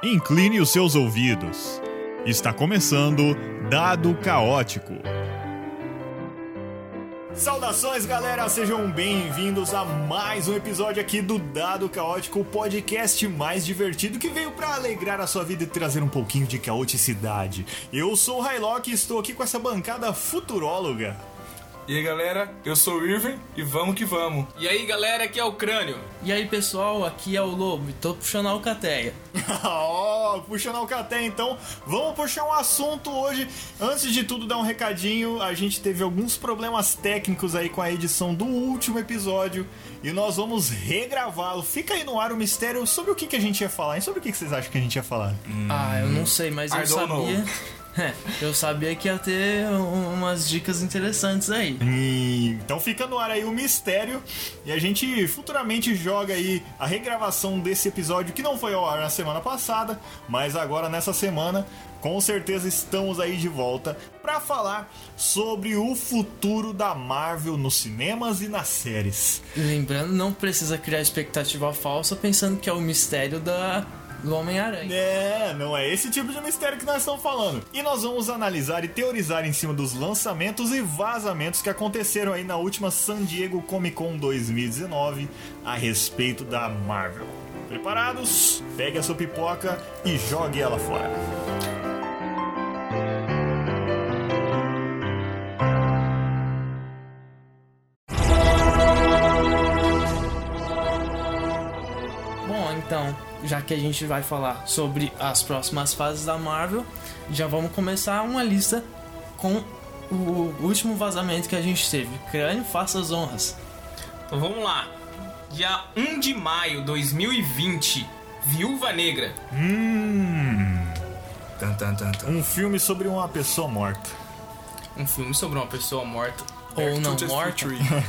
Incline os seus ouvidos. Está começando Dado Caótico. Saudações, galera! Sejam bem-vindos a mais um episódio aqui do Dado Caótico, o podcast mais divertido que veio para alegrar a sua vida e trazer um pouquinho de caoticidade. Eu sou o Hylock e estou aqui com essa bancada futuróloga. E aí galera, eu sou o Irving e vamos que vamos. E aí galera, aqui é o Crânio. E aí pessoal, aqui é o Lobo e tô puxando a alcateia. Ó, puxando a alcateia então, vamos puxar um assunto hoje. Antes de tudo, dar um recadinho: a gente teve alguns problemas técnicos aí com a edição do último episódio e nós vamos regravá-lo. Fica aí no ar o mistério sobre o que, que a gente ia falar, hein? Sobre o que, que vocês acham que a gente ia falar? Ah, eu não sei, mas Hum. I don't eu sabia. É, eu sabia que ia ter um- umas dicas interessantes aí. E- Então fica no ar aí o mistério e a gente futuramente joga aí a regravação desse episódio que não foi ao ar na semana passada, mas agora nessa semana com certeza estamos aí de volta para falar sobre o futuro da Marvel nos cinemas e nas séries. Lembrando, não precisa criar expectativa falsa pensando que é o mistério da do Homem-Aranha. É, não é esse tipo de mistério que nós estamos falando. E nós vamos analisar e teorizar em cima dos lançamentos e vazamentos que aconteceram aí na última San Diego Comic Con 2019 a respeito da Marvel. Preparados? Pegue a sua pipoca e jogue ela fora. Bom, então, já que a gente vai falar sobre as próximas fases da Marvel, já vamos começar uma lista com o último vazamento que a gente teve. Crânio, faça as honras. Então vamos lá. Dia 1 de maio de 2020, Viúva Negra. Tan, tan, tan, tan. Um filme sobre uma pessoa morta. Um filme sobre uma pessoa morta. Ou não Just morta. Tree.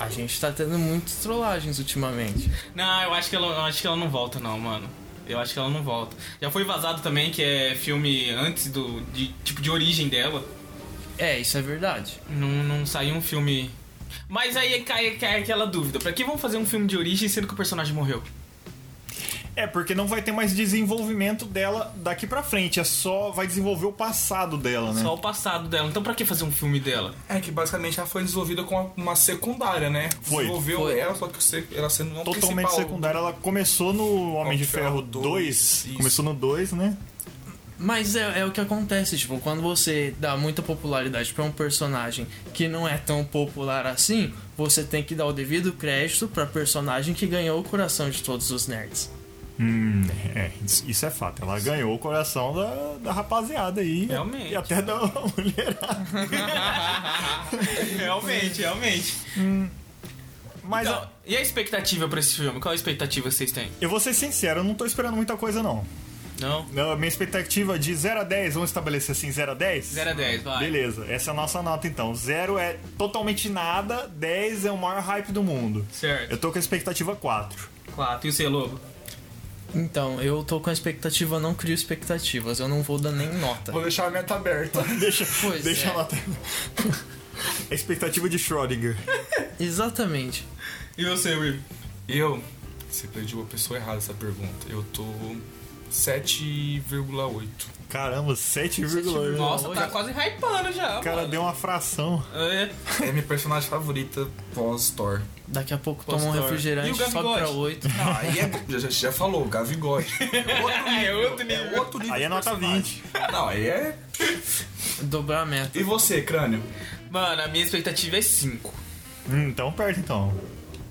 A gente tá tendo muitas trollagens ultimamente. Não, eu acho que ela, eu acho que ela não volta não, mano. Eu acho que ela não volta. Já foi vazado também que é filme antes do de, tipo de origem dela. É, isso é verdade. Não, não saiu um filme. Mas aí é cai, cai aquela dúvida. Pra que vão fazer um filme de origem sendo que o personagem morreu? É, porque não vai ter mais desenvolvimento dela daqui pra frente, é só vai desenvolver o passado dela, né? Só o passado dela. Então pra que fazer um filme dela? É que basicamente ela foi desenvolvida com uma, uma secundária, né? Foi. Desenvolveu Foi. ela, só que você- ela sendo não Totalmente principal. secundária, ela começou no Homem de Ferro 2, isso. começou no 2, né? Mas é, é o que acontece, tipo, quando você dá muita popularidade pra um personagem que não é tão popular assim, você tem que dar o devido crédito pra personagem que ganhou o coração de todos os nerds. Hum, é, isso isso é fato. Ela ganhou o coração da, da rapaziada aí. Realmente. E até da mulherada. realmente, realmente. Mas Então, e a expectativa pra esse filme? Qual a expectativa que vocês têm? eu vou ser sincero, eu não tô esperando muita coisa, não. Não? Não, Minha expectativa de 0 a 10, vamos estabelecer assim, 0 a 10? 0 a 10, vai. Beleza, essa é a nossa nota então. 0 é totalmente nada, 10 é o maior hype do mundo. Certo. Eu tô com a expectativa 4. Claro. E o seu lobo? Então, eu tô com a expectativa, não crio expectativas, eu não vou dar nem nota. Vou deixar a meta aberta. Deixa, Pois deixa é. ela. A expectativa de Schrödinger. Exatamente. E você, Will? Eu, você pediu a pessoa errada essa pergunta. Eu tô 7,8. Caramba, 7,8. vírgula- Nossa, tá Olha. quase hypando já. O cara mano. deu uma fração. É. É minha personagem favorita pós-Thor. Daqui a pouco Posso toma um dar- refrigerante, E o sobe Gabigode? pra 8. Aí é, já, já falou, Gavigode. É outro É nível. outro nível Aí é de nota personagem. 20. Não, aí é. Dobrar a meta. E você, crânio? Mano, a minha expectativa é 5. Hum, então perto então.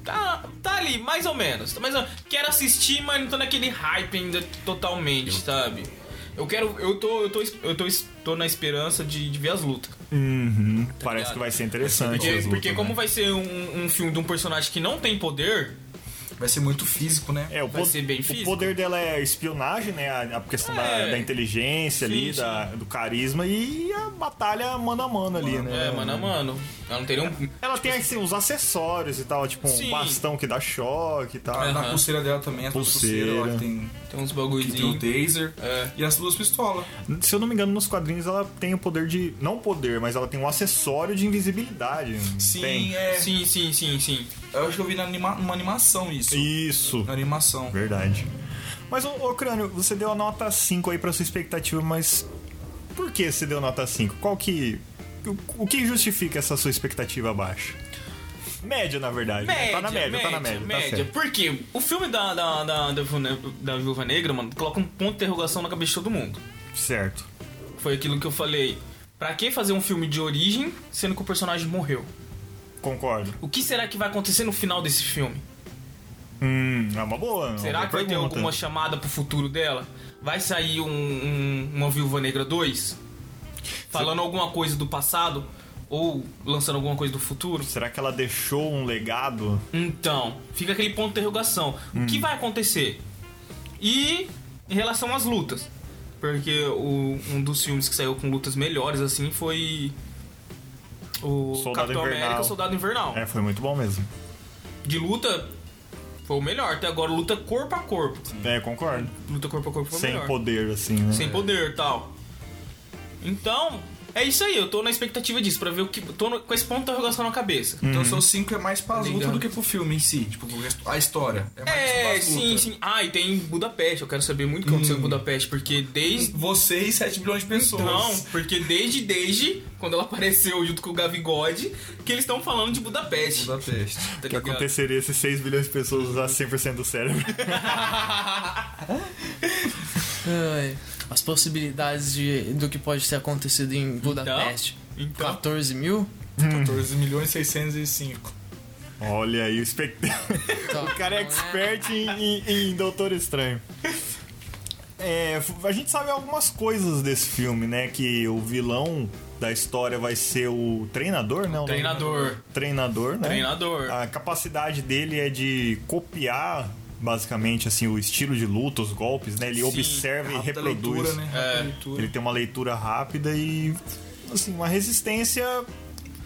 Tá, tá ali, mais ou menos. Mas eu quero assistir, mas não tô naquele hype ainda totalmente, sabe? Eu quero. Eu tô. Eu tô. Eu tô, tô na esperança de, de ver as lutas. Uhum, parece Tá ligado? que vai ser interessante. Porque, as lutas, porque como né? vai ser um, um filme de um personagem que não tem poder, Vai ser muito físico, né? É, o, vai po- ser bem o físico? poder dela é espionagem, né? A, a questão da, É. da inteligência ali, Sim, da- do carisma e a batalha mano a mano ali, né? é, mano, a mano. Ela não teria um. Ela tem assim, uns acessórios e tal, tipo um Sim. bastão que dá choque e tal. É. Na Aham. pulseira dela também, as duas Pulseira. pulseiras lá que tem, Tem uns que tem o bagulhozinhos. taser É. e as duas pistolas. Se eu não me engano, nos quadrinhos ela tem o poder de. Não poder, mas ela tem um acessório de invisibilidade. Sim, Tem. é. Sim, sim, sim, sim. É. Eu acho que eu vi na anima- numa animação isso. Isso. Na animação. Verdade. Mas, ô, ô Crânio, você deu a nota 5 aí pra sua expectativa, mas por que você deu nota 5? Qual que. O, o que justifica essa sua expectativa baixa? Média, na verdade. né? Média, tá na média, tá na média. Tá certo. Porque o filme da, da, da, da, Viúva Ne- da Viúva Negra, mano, coloca um ponto de interrogação na cabeça de todo mundo. certo. Foi aquilo que eu falei. Pra que fazer um filme de origem sendo que o personagem morreu? Concordo. O que será que vai acontecer no final desse filme? Hum, é uma boa. uma Será boa que vai ter pergunta. alguma chamada pro futuro dela? Vai sair um, um- uma Viúva Negra 2? Falando alguma coisa do passado? Ou lançando alguma coisa do futuro? Será que ela deixou um legado? Então, fica aquele ponto de interrogação. O Hum. que vai acontecer? E em relação às lutas. Porque o- um dos filmes que saiu com lutas melhores, assim, foi. O Soldado Capitão Invernal. América Soldado Invernal. É, foi muito bom mesmo. De luta, foi o melhor. Até agora, luta corpo a corpo. É, concordo. Luta corpo a corpo foi o Sem melhor. poder, assim, né? Sem poder e tal. Então, é isso aí. Eu tô na expectativa disso, pra ver o que. Tô no- com esse ponto de interrogação na cabeça. Então, Uhum. seu 5 é mais pra luta Legal. do que pro filme em si. Tipo, a história. É, mais É, pras sim, lutas. sim. Ah, e tem Budapeste. Eu quero saber muito o que Hum. aconteceu em Budapeste, porque desde. Você e 7 milhões de pessoas. Não, porque desde desde quando ela apareceu junto com o Gavigode, que eles estão falando de Budapeste. Da peste. Tá O que ligado? aconteceria se 6 bilhões de pessoas usassem 100% do cérebro? Ai, As possibilidades de, do que pode ter acontecido em Budapeste. então. 14 mil? Hum. 14 milhões e 605. Olha aí, o espect... Tá. O cara é expert em, em- em Doutor Estranho. É, f- a gente sabe algumas coisas desse filme, né? Que o vilão da história vai ser o treinador, né? O nome- Treinador. Treinador, né? Treinador. A capacidade dele é de copiar, basicamente, assim, o estilo de luta, os golpes, né? Ele Sim, observa e Rápida reproduz. leitura, né? Rápida É. leitura. Ele tem uma leitura rápida e, assim, uma resistência...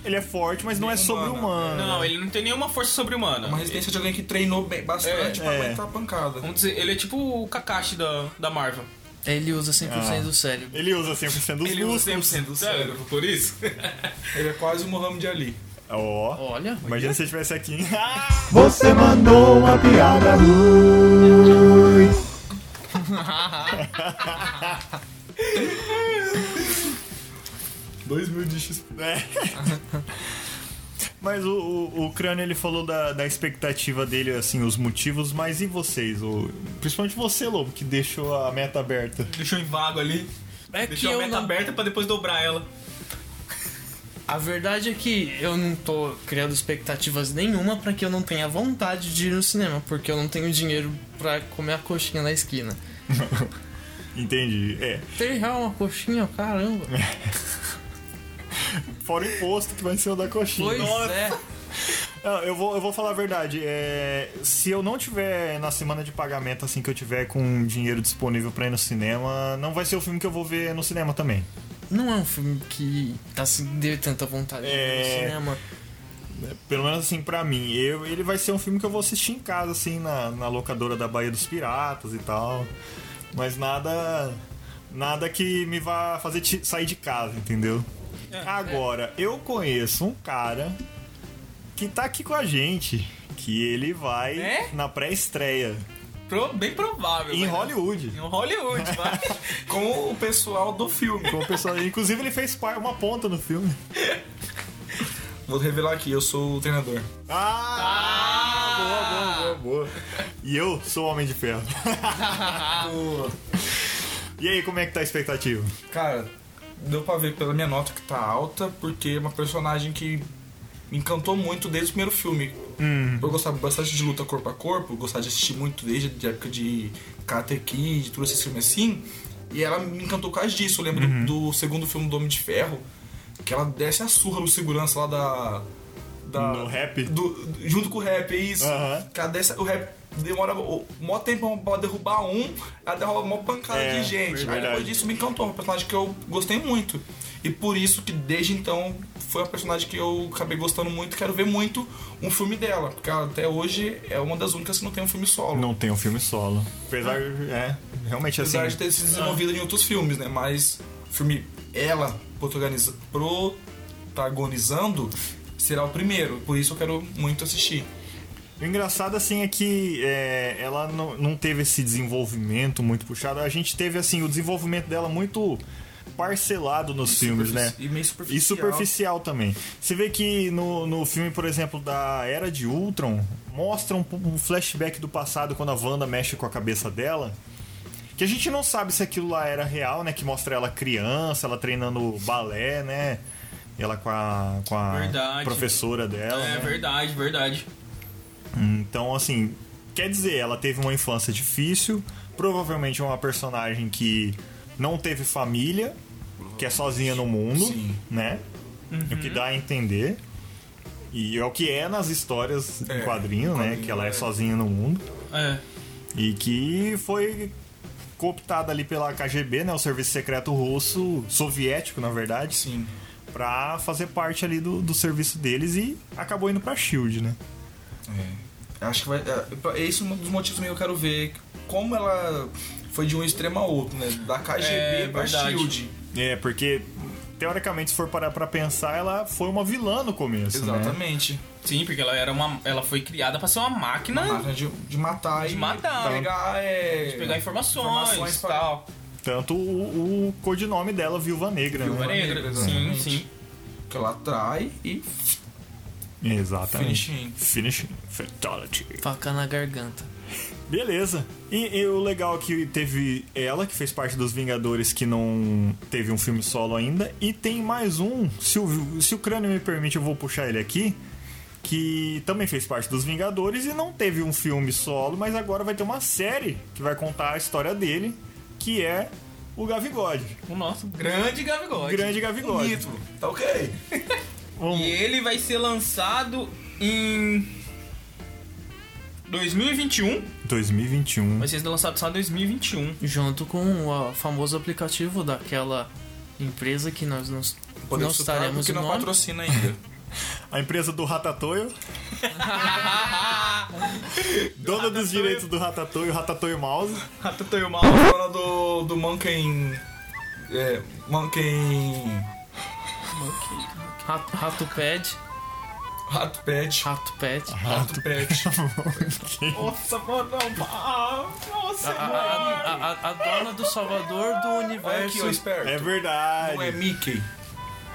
Ele é forte, mas não é né? Humana. sobre-humana. Não, ele não tem nenhuma força sobre-humana. É Uma resistência de alguém que treinou bem, bastante É, pra é. aguentar a pancada. Vamos dizer, ele é tipo o Kakashi da, da Marvel. Ele usa 100% do cérebro. Ele usa 100% dos Ele músculos. usa 100% do cérebro, por isso. Ele é quase o Mohamed Ali. Ó. Olha, Imagina se eu estivesse aqui. Você mandou uma piada ruim. Dois mil de XP. É. Mas o, o, o Crânio, ele falou da, da expectativa dele, assim, os motivos, mas e vocês? O, principalmente você, Lobo, que deixou a meta aberta. Deixou em vago ali. é que Deixou a eu meta não... aberta pra depois dobrar ela. A verdade é que eu não tô criando expectativas nenhuma pra que eu não tenha vontade de ir no cinema, porque eu não tenho dinheiro pra comer a coxinha na esquina. Entendi. É. Tem real uma coxinha, caramba. Fora o imposto que vai em cima da coxinha. Pois é. Não, eu, vou, eu vou falar a verdade. É, se eu não tiver na semana de pagamento, assim, que eu tiver com dinheiro disponível pra ir no cinema, não vai ser o filme que eu vou ver no cinema também. Não é um filme que tá se deu tanta vontade de ir É. no cinema. Pelo menos assim, pra mim. Eu, ele vai ser um filme que eu vou assistir em casa, assim, na, na locadora da Bahia dos Piratas e tal. Mas nada. Nada que me vá fazer ti- sair de casa, entendeu? Agora, eu conheço um cara que tá aqui com a gente. Que ele vai É? na pré-estreia. Pro- bem provável. Em né? Hollywood. Em Hollywood, vai. Com o pessoal do filme. Com o pessoal. Inclusive, ele fez par- uma ponta no filme. Vou revelar aqui, eu sou o treinador. Ah! Ah, Boa, boa. E eu sou o Homem de Ferro. E aí, como é que tá a expectativa? Cara, deu pra ver pela minha nota que tá alta, porque é uma personagem que me encantou muito desde o primeiro filme. Uhum. Eu gostava bastante de luta corpo a corpo, gostava de assistir muito desde a época de Karate Kid, de todos esses filmes assim. E ela me encantou por causa disso. Eu lembro Uhum. do, do segundo filme do Homem de Ferro, que ela desce a surra no segurança lá da. da No rap? do- junto com o rap, é isso. Aham. Que ela desce- o rap demora o maior tempo pra derrubar um, ela derruba uma pancada É, de gente. Aí verdade. depois disso, isso me encantou, uma personagem que eu gostei muito. E por isso que desde então foi a personagem que eu acabei gostando muito, quero ver muito um filme dela, porque ela, até hoje é uma das únicas que não tem um filme solo. Não tem um filme solo. Apesar, é, realmente assim. Apesar de ter se desenvolvido em outros filmes, né? Mas filme ela protagoniza- protagonizando será o primeiro, por isso eu quero muito assistir. O engraçado, assim, é que é, ela não, não teve esse desenvolvimento muito puxado. A gente teve, assim, o desenvolvimento dela muito parcelado nos filmes, né? E meio superficial. E superficial também. Você vê que no, no filme, por exemplo, da Era de Ultron, mostra um, um flashback do passado quando a Wanda mexe com a cabeça dela. Que a gente não sabe se aquilo lá era real, né? Que mostra ela criança, ela treinando balé, né? Ela com a, com a Verdade. professora dela. é né? verdade, verdade. Então, assim, quer dizer, ela teve uma infância difícil, provavelmente é uma personagem que não teve família, que é sozinha no mundo, Sim. né? O que dá a entender. E é o que é nas histórias É, em quadrinho, né? quadrinho, Que ela é é. sozinha no mundo. É. E que foi cooptada ali pela KGB, né? O serviço secreto russo, soviético, na verdade, Sim. pra fazer parte ali do, do serviço deles e acabou indo pra SHIELD, né? É. Acho que vai. É, é esse um dos motivos meio que eu quero ver. Como ela foi de um extremo a outro, né? Da KGB É, pra verdade. Shield. É, porque teoricamente, se for parar pra pensar, ela foi uma vilã no começo. Né? Exatamente. Sim, porque ela era uma. Ela foi criada pra ser uma máquina Uma máquina De, de matar Ah. De e matar. pegar, é, de pegar informações informações e pra- tal. Tanto o, o codinome dela, Viúva Negra. Viúva né? Negra, Negra. Sim, exatamente. sim. que ela atrai e Exatamente. Finishing. Finishing. Fatality. Faca na garganta. Beleza. E, e o legal é que teve ela, que fez parte dos Vingadores, que não teve um filme solo ainda. E tem mais um, se o, se o crânio me permite, eu vou puxar ele aqui. Que também fez parte dos Vingadores e não teve um filme solo, mas agora vai ter uma série que vai contar a história dele, que é o Gavigode. O nosso grande Gavigode. Grande Gavigode. bonito. Tá ok. Vamos- E ele vai ser lançado em. 2021. 2021. Vai ser lançado só em 2021. Junto com o ah, famoso aplicativo daquela empresa que nós não, não Podemos citar estaremos porque o não nome. patrocina ainda. A empresa do Ratatouille. Dona dos direitos do Ratatouille, o Ratatouille Mouse. Ratatouille mal. Dona do, do Monkey. É. Monkey. Rato, rato Pad. Rato Pet. Rato Pad. Rato Pet. Nossa, mano. ah, Nossa, A, a- a- a- a dona do Salvador do Olha Universo. aqui, ó, esperto. É verdade. Não é Mickey.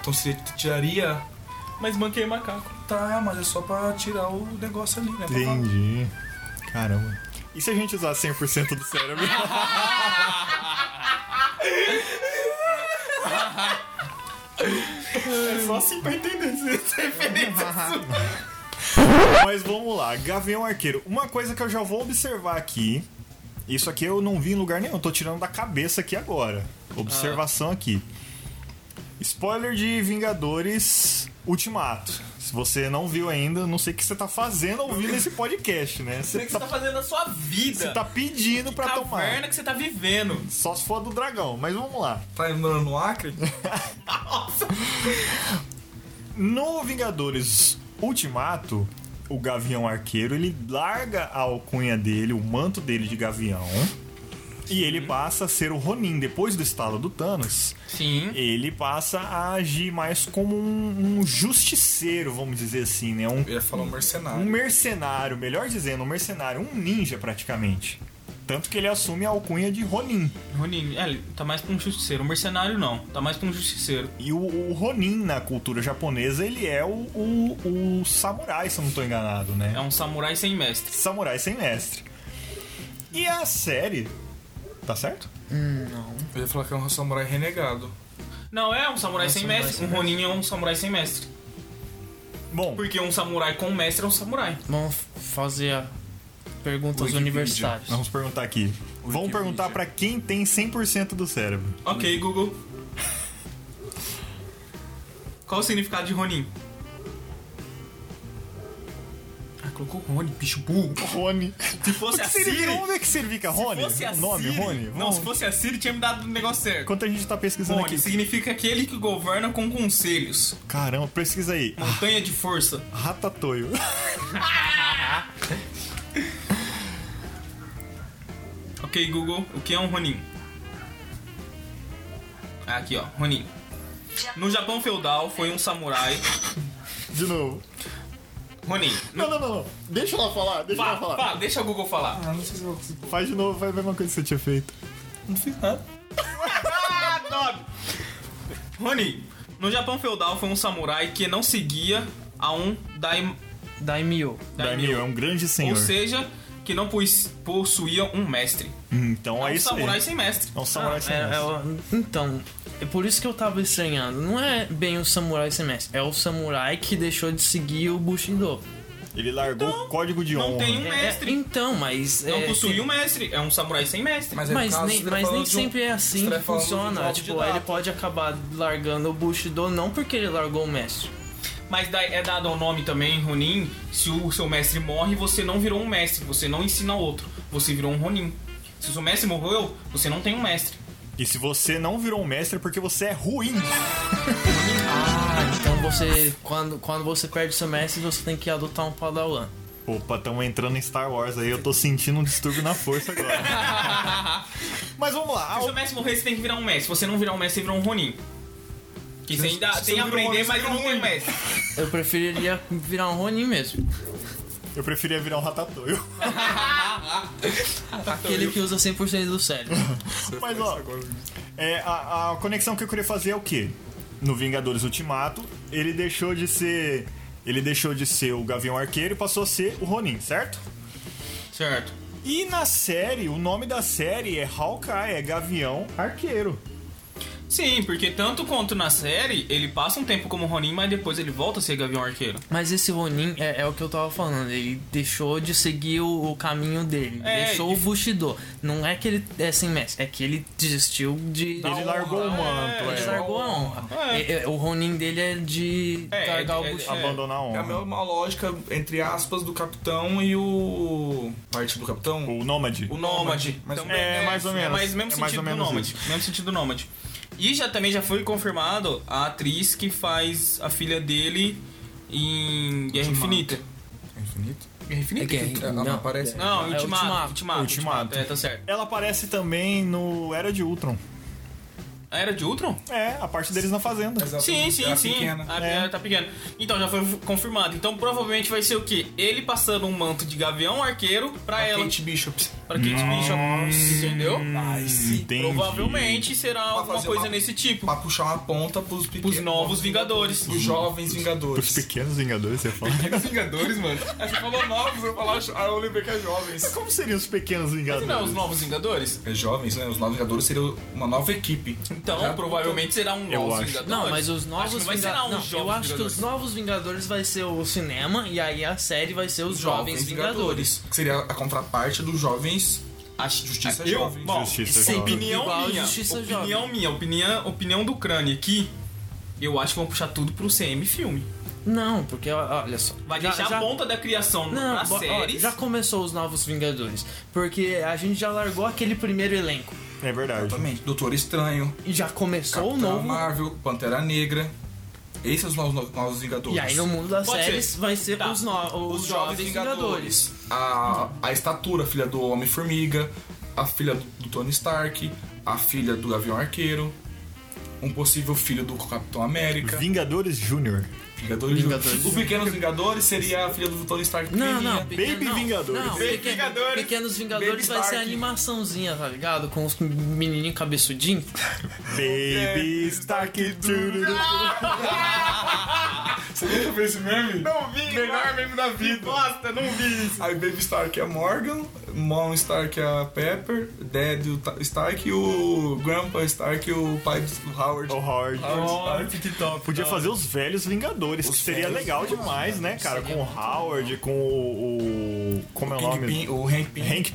Então você tiraria. Mas manquei macaco. Tá, mas é só pra tirar o negócio ali, né? Pra- Entendi. Caramba. E se a gente usar 100% do cérebro? é só assim pra entender essa referência. Mas vamos lá, Gavião Arqueiro. Uma coisa que eu já vou observar aqui. Isso aqui eu não vi em lugar nenhum, eu tô tirando da cabeça aqui agora. Observação aqui. Spoiler de Vingadores Ultimato. Se você não viu ainda, não sei o que você tá fazendo ouvindo esse podcast, né? O que Você que você tá tá, fazendo na sua vida? você tá pedindo pra Caverna tomar. que você tá vivendo. Só se for do dragão, mas vamos lá. Tá morando no Acre? No Vingadores Ultimato, o Gavião Arqueiro, ele larga a alcunha dele, o manto dele de gavião. E ele passa a ser o Ronin. Depois do estalo do Thanos, Sim. ele passa a agir mais como um, um justiceiro, vamos dizer assim, né? Um Eu ia falar um mercenário. um mercenário, melhor dizendo, um mercenário, um ninja praticamente. Tanto que ele assume a alcunha de Ronin. Ronin, é, ele tá mais pra um justiceiro. Um mercenário não, tá mais pra um justiceiro. E o, o Ronin na cultura japonesa, ele é o, o, o samurai, se eu não tô enganado, né? É um samurai sem mestre. Samurai sem mestre. E a série. Tá certo? Eu ia falar que é um samurai renegado. Não, é um samurai É um sem samurai mestre. sem Um Ronin é um samurai sem mestre. Bom, Porque um samurai com mestre é um samurai. Vamos fazer a pergunta aos Wikipedia. universitários. vamos perguntar aqui. Vamos perguntar pra quem tem 100% do cérebro. Ok, Google. Qual o significado de Ronin? Ah, colocou Ronin, bicho burro. Rony. Se fosse a Siri... Vamos ver que significa Rony. Se fosse a O nome, Siri... Rony. Não, Vamos- se fosse a Siri tinha me dado o negócio certo. Enquanto a gente tá pesquisando Rony aqui. significa aquele que governa com conselhos. Caramba, pesquisa aí. Montanha de força. Ratatouille. Ok, Google, o que é um Ronin? Aqui, ó, Ronin. No Japão feudal, foi um samurai. De novo. Roninho. Não, não, não, não. Deixa ela falar, deixa Fala, ela falar. fala, deixa o Google falar. Ah, não sei se eu vou conseguir. Faz de novo, faz a mesma coisa que você tinha feito. Não fiz nada. Ah, Dob! Rony, no Japão feudal foi um samurai que não seguia a um daim, Daimyo. Daimyo é um grande senhor. Ou seja, que não pus- possuía um mestre. Hum, então é, um isso aí. samurai Ah, sem mestre. É um samurai sem É, é mestre. o- então, é por isso que eu tava estranhando. Não é bem o samurai semestre, é o samurai que deixou de seguir o Bushido. Ele largou o código de Então, não honra. tem um É, mestre. então, mas. Não é, possuía um mestre. É um samurai sem mestre. Mas, é Mas, caso, nem, você tá mas falando nem de um- sempre é assim você tá que falando de um funciona. golpe de Tipo, ele dado. pode acabar largando o Bushido não porque ele largou o mestre. Mas dá- é dado ao nome também, Ronin, se o seu mestre morre, você não virou um mestre, você não ensina outro, você virou um Ronin. Se o seu mestre morreu, você não tem um mestre. E se você não virou um mestre é porque você é ruim. Ah, então você. Quando, quando você perde seu mestre, você tem que adotar um padawan. Opa, estamos entrando em Star Wars aí, eu tô sentindo um distúrbio na força agora. Mas vamos lá. Se o Al- seu mestre morrer, você tem que virar um mestre. Se você não virar um mestre, você virou um Ronin. Que você ainda se você tem a não virou um Ronin, aprender, você mas não virou tem um um mestre. Eu preferiria virar um Ronin mesmo. Eu preferia virar um ratatouille. Aquele que usa 100% do cérebro. Mas ó, é, a, a conexão que eu queria fazer é o quê? No Vingadores Ultimato, ele deixou de ser. Ele deixou de ser o Gavião Arqueiro e passou a ser o Ronin, certo? Certo. E na série, o nome da série é Hawkeye, é Gavião Arqueiro. Sim, porque tanto quanto na série, ele passa um tempo como Ronin, mas depois ele volta a ser Gavião Arqueiro. Mas esse Ronin é, é o que eu tava falando. Ele deixou de seguir o, o caminho dele. É, deixou e- o Bushido. Não é que ele é sem mestre, é que ele desistiu de. ele largou o manto, Ele é. largou a honra. É. É, é, o Ronin dele é de É, largar é, o Bushido. é. Abandonar a É a honra. mesma lógica, entre aspas, do capitão e o. Parte do capitão? O Nômade. O Nômade. Mas Também é, mais ou menos. É, mas mesmo É sentido mais ou do menos Nômade. Mesmo sentido do Nômade. E já também já foi confirmado a atriz que faz a filha dele em Guerra Ultimato. Infinita. É infinito? Guerra Infinita? É Guerra- Ela não, Não, aparece? Não, É Ultimato. Ultimato. Ultimato. Ultimato. É, tá certo. Ela aparece também no Era de Ultron. A Ah, Era de Ultron? É, a parte deles na fazenda. Mas ela Sim, tem- sim, ela é sim. pequena. A É. é. tá pequena. Então já foi confirmado. Então provavelmente vai ser o quê? Ele passando um manto de gavião arqueiro pra A ela. Kate Bishops. Pra Kate Bishop. Entendeu? Ai, sim. Hum. Entendi. Provavelmente será alguma fazer coisa uma- nesse tipo. Pra puxar uma ponta pros pequenos. Pros novos Vingadores. Pros jovens Os Vingadores. pequenos Vingadores, você fala. Pequenos Vingadores, mano. Aí Ah, você falou novos, eu falava. Ah, eu lembrei que é jovens. Como seriam os pequenos Vingadores? Não, os novos Vingadores? É jovens, né? Os novos Vingadores seriam uma nova equipe. Então, Já- provavelmente será um Eu novos acho. Vingadores. Não, mas os Acho que novos não vai ser Vinga- não, os não, eu jovens acho que os Vingadores. novos Vingadores vai ser o cinema e aí a série vai ser os jovens, Vingadores. Que seria a contraparte dos jovens. Acho Justiça eu, Jovem. Bom, Justiça isso é Jovem. opinião Igual minha. Justiça opinião Jovem. minha, opinião, opinião do crânio aqui. Eu acho que vão puxar tudo pro CM filme. Não, porque ó, olha só. Vai já- deixar já- a ponta da criação Não, na bo- ó, série. já começou os novos Vingadores. Porque a gente já largou aquele primeiro elenco. É verdade. Exatamente. Doutor Estranho. E já começou o Capitão novo. Marvel, Pantera Negra. Esses são os novos, novos- novos Vingadores. E aí no mundo das Pode séries ser. vai ser Tá. os, no- os jovens Vingadores. A, a estatura, a filha do Homem-Formiga, a filha do Tony Stark, a filha do Gavião Arqueiro, um possível filho do Capitão América. Vingadores Júnior. Vingadores. Vingadores. Os Pequenos Vingadores seria a filha do Tony Stark. Não, pequenininha. não, pequeno- Baby não, Vingadores. não, Baby pequeno- Vingadores. Pequenos Vingadores Baby vai ser Stark. animaçãozinha, tá ligado? Com os menininhos cabeçudinhos. Baby É. Stark. tururu. Você nunca fez esse meme? Não vi, melhor mesmo da vida. Bosta, não vi isso. Aí Baby Stark é a Morgan, Mom Stark é a Pepper, Dad o Ta- Stark e o Grandpa Stark e o pai do Howard. O Howard. Howard Stark. Podia fazer os velhos Vingadores, que seria velhos legal demais, né, cara? Com o Howard, com o. o- como é o Hank nome? Pym, o Hank Pym. Hank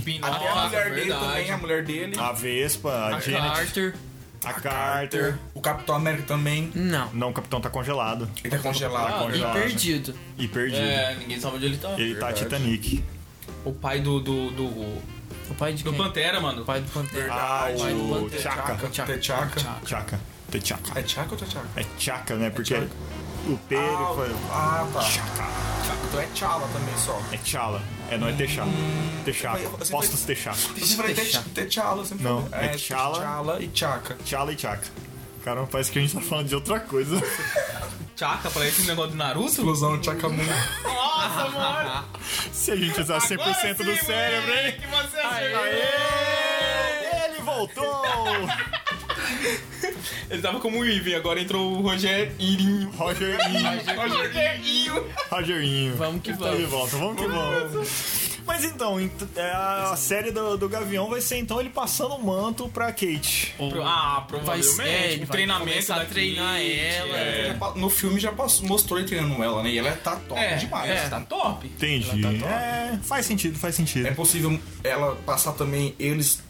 Pym, é, Ah, Até um a mulher dele também, a mulher dele. a Vespa, a Janet, Carter. a Carter. O Capitão América também. Não. Não, o capitão tá congelado Ele tá congelado. Ah, E Jorge. perdido. e perdido. É, ninguém sabe onde ele tá. Ele tá verdade. Titanic. O pai do. do. do, O pai de do quem? Pantera, mano. O pai do Pantera. Ah, Vai do o É Pantera. Chaka. Tchaca. Tchaca. Chaka. The Chaka. É Tchaca ou Tchaca? É Chaka, né? Porque Chaka. o P ele foi. Ah, tá. Chaka. Tchaca. Então é Tchala também só. É Tchala. É, não é Texaco. Texaco. Você foi- Postos Texaco. Eu sempre falei Tchala, sempre Não, falei. é T'Challa. T'Challa e Tchaca. Tchala e Chaka. Cara, parece que a gente tá falando de outra coisa. Tchaka, parece um negócio do Naruto. Explosão de Chakamun. Nossa, mano! Se a gente usar 100% do cérebro, hein? Que você Aê! Ele voltou! Ele tava como o Ivan, agora entrou o Roger Irinho. Rogerinho, Roger Irinho. Rogerinho. Vamos que Ele tá de vamos. volta, vamos que vamos. Mas então, ent- é, a série do, do Gavião vai ser então ele passando o manto pra Kate. tá Ah, Vai provavelmente. ser, ele o vai treinamento começar a da treinar Kate, ela. É, No filme já passou- mostrou ele treinando ela, né? E ela tá top é demais. é, tá top. Entendi. Ela tá top. é, faz sentido, faz sentido. É possível ela passar também eles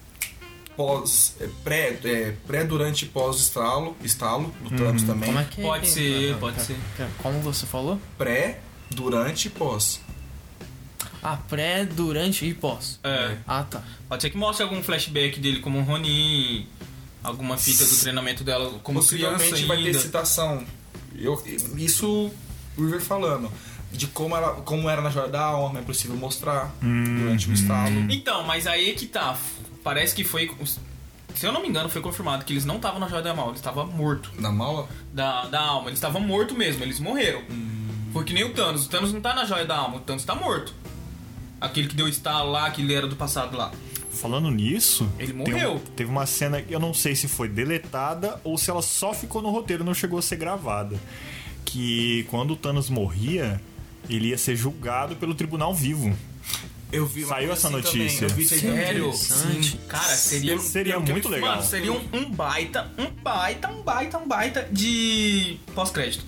pós. é, pré, é, pré durante e pós estalo, estalo do Thanos também. Como é que Pode ser, pode pera, ser. pera, Como você falou? Pré, durante e pós. Ah, pré, durante e pós. É. Ah, tá. Pode ser que mostre algum flashback dele como um Ronin, alguma fita do treinamento dela como criança Possivelmente ainda. vai ter citação. Eu, isso o River falando. De como, ela, como era na Jordão, é possível mostrar durante o estalo. Então, mas aí é que tá. Parece que foi... Se eu não me engano, foi confirmado que eles não estavam na Joia da Mal, eles estavam morto Na mala? da, da alma. Eles estavam morto mesmo, eles morreram. Foi que nem o Thanos. O Thanos não tá na Joia da Alma, o Thanos tá morto. Aquele que deu estalo lá, aquele era do passado lá. Falando nisso, Ele tem um- morreu. teve uma cena que eu não sei se foi deletada ou se ela só ficou no roteiro, não chegou a ser gravada. Que quando o Thanos morria, ele ia ser julgado pelo tribunal vivo. Eu vi uma Saiu coisa essa assim notícia. também, eu vi isso aí Sério? também. Interessante. Cara, seria, Seria pelo que muito eu- legal. Mano, seria um, um baita, um baita, um baita, um baita de pós-crédito.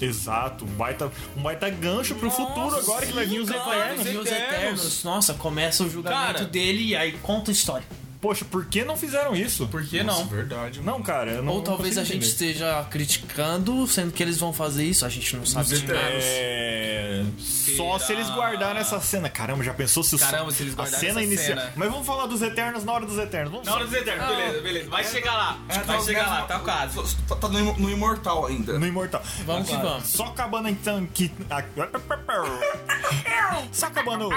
Exato, um baita, um baita gancho pro futuro agora que vai vir os cara, Eternos. os E os Eternos. Eternos. Nossa, começa o julgamento Cara. dele e aí conta a história. Poxa, por que não fizeram isso? Por que Nossa, não? verdade. Não, cara, eu não Ou não talvez consigo a gente entender. esteja criticando, sendo que eles vão fazer isso, a gente não sabe de nada. Eternos. É. Só Será? se eles guardaram essa cena. Caramba, já pensou se os- Caramba, se eles a guardaram cena essa inicial. cena. Mas vamos falar dos Eternos na hora dos Eternos. Vamos Na hora dos Eternos, beleza, beleza. Vai chegar lá, É, vai tá- chegar tá- lá, tá o caso. Tá, tá no, no Imortal ainda. no Imortal. Vamos que Claro. vamos. Só acabando então que. a- Só acabando.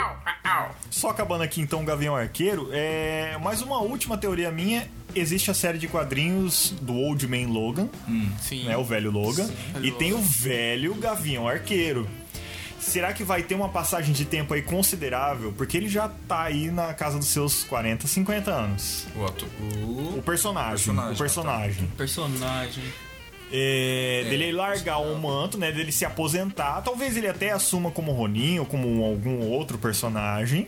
Só acabando aqui então o Gavião Arqueiro. É... Mais uma última teoria minha. Existe a série de quadrinhos do Old Man Logan, Hum. Sim. né? O velho Logan. e tem o velho Gavião Arqueiro. Será que vai ter uma passagem de tempo aí considerável? Porque ele já tá aí na casa dos seus 40, 50 anos. O ato- o- O personagem. Personagem, O personagem. Personagem. É, dele largar o manto, né? Dele se aposentar. Talvez ele até assuma como Ronin ou como algum outro personagem.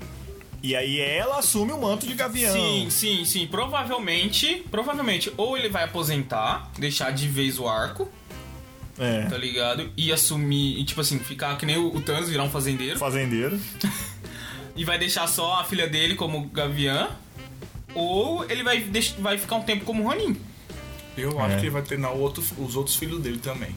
E aí ela assume o manto de Gavião. Sim, sim, sim. Provavelmente, provavelmente, ou ele vai aposentar, deixar de vez o arco, É. tá ligado? E assumir, e tipo assim, ficar que nem o o Thanos, virar um fazendeiro. Fazendeiro. e vai deixar só a filha dele como Gavião, ou ele vai, deix- vai ficar um tempo como Ronin. Eu acho É. que ele vai treinar o outro- os outros filhos dele também.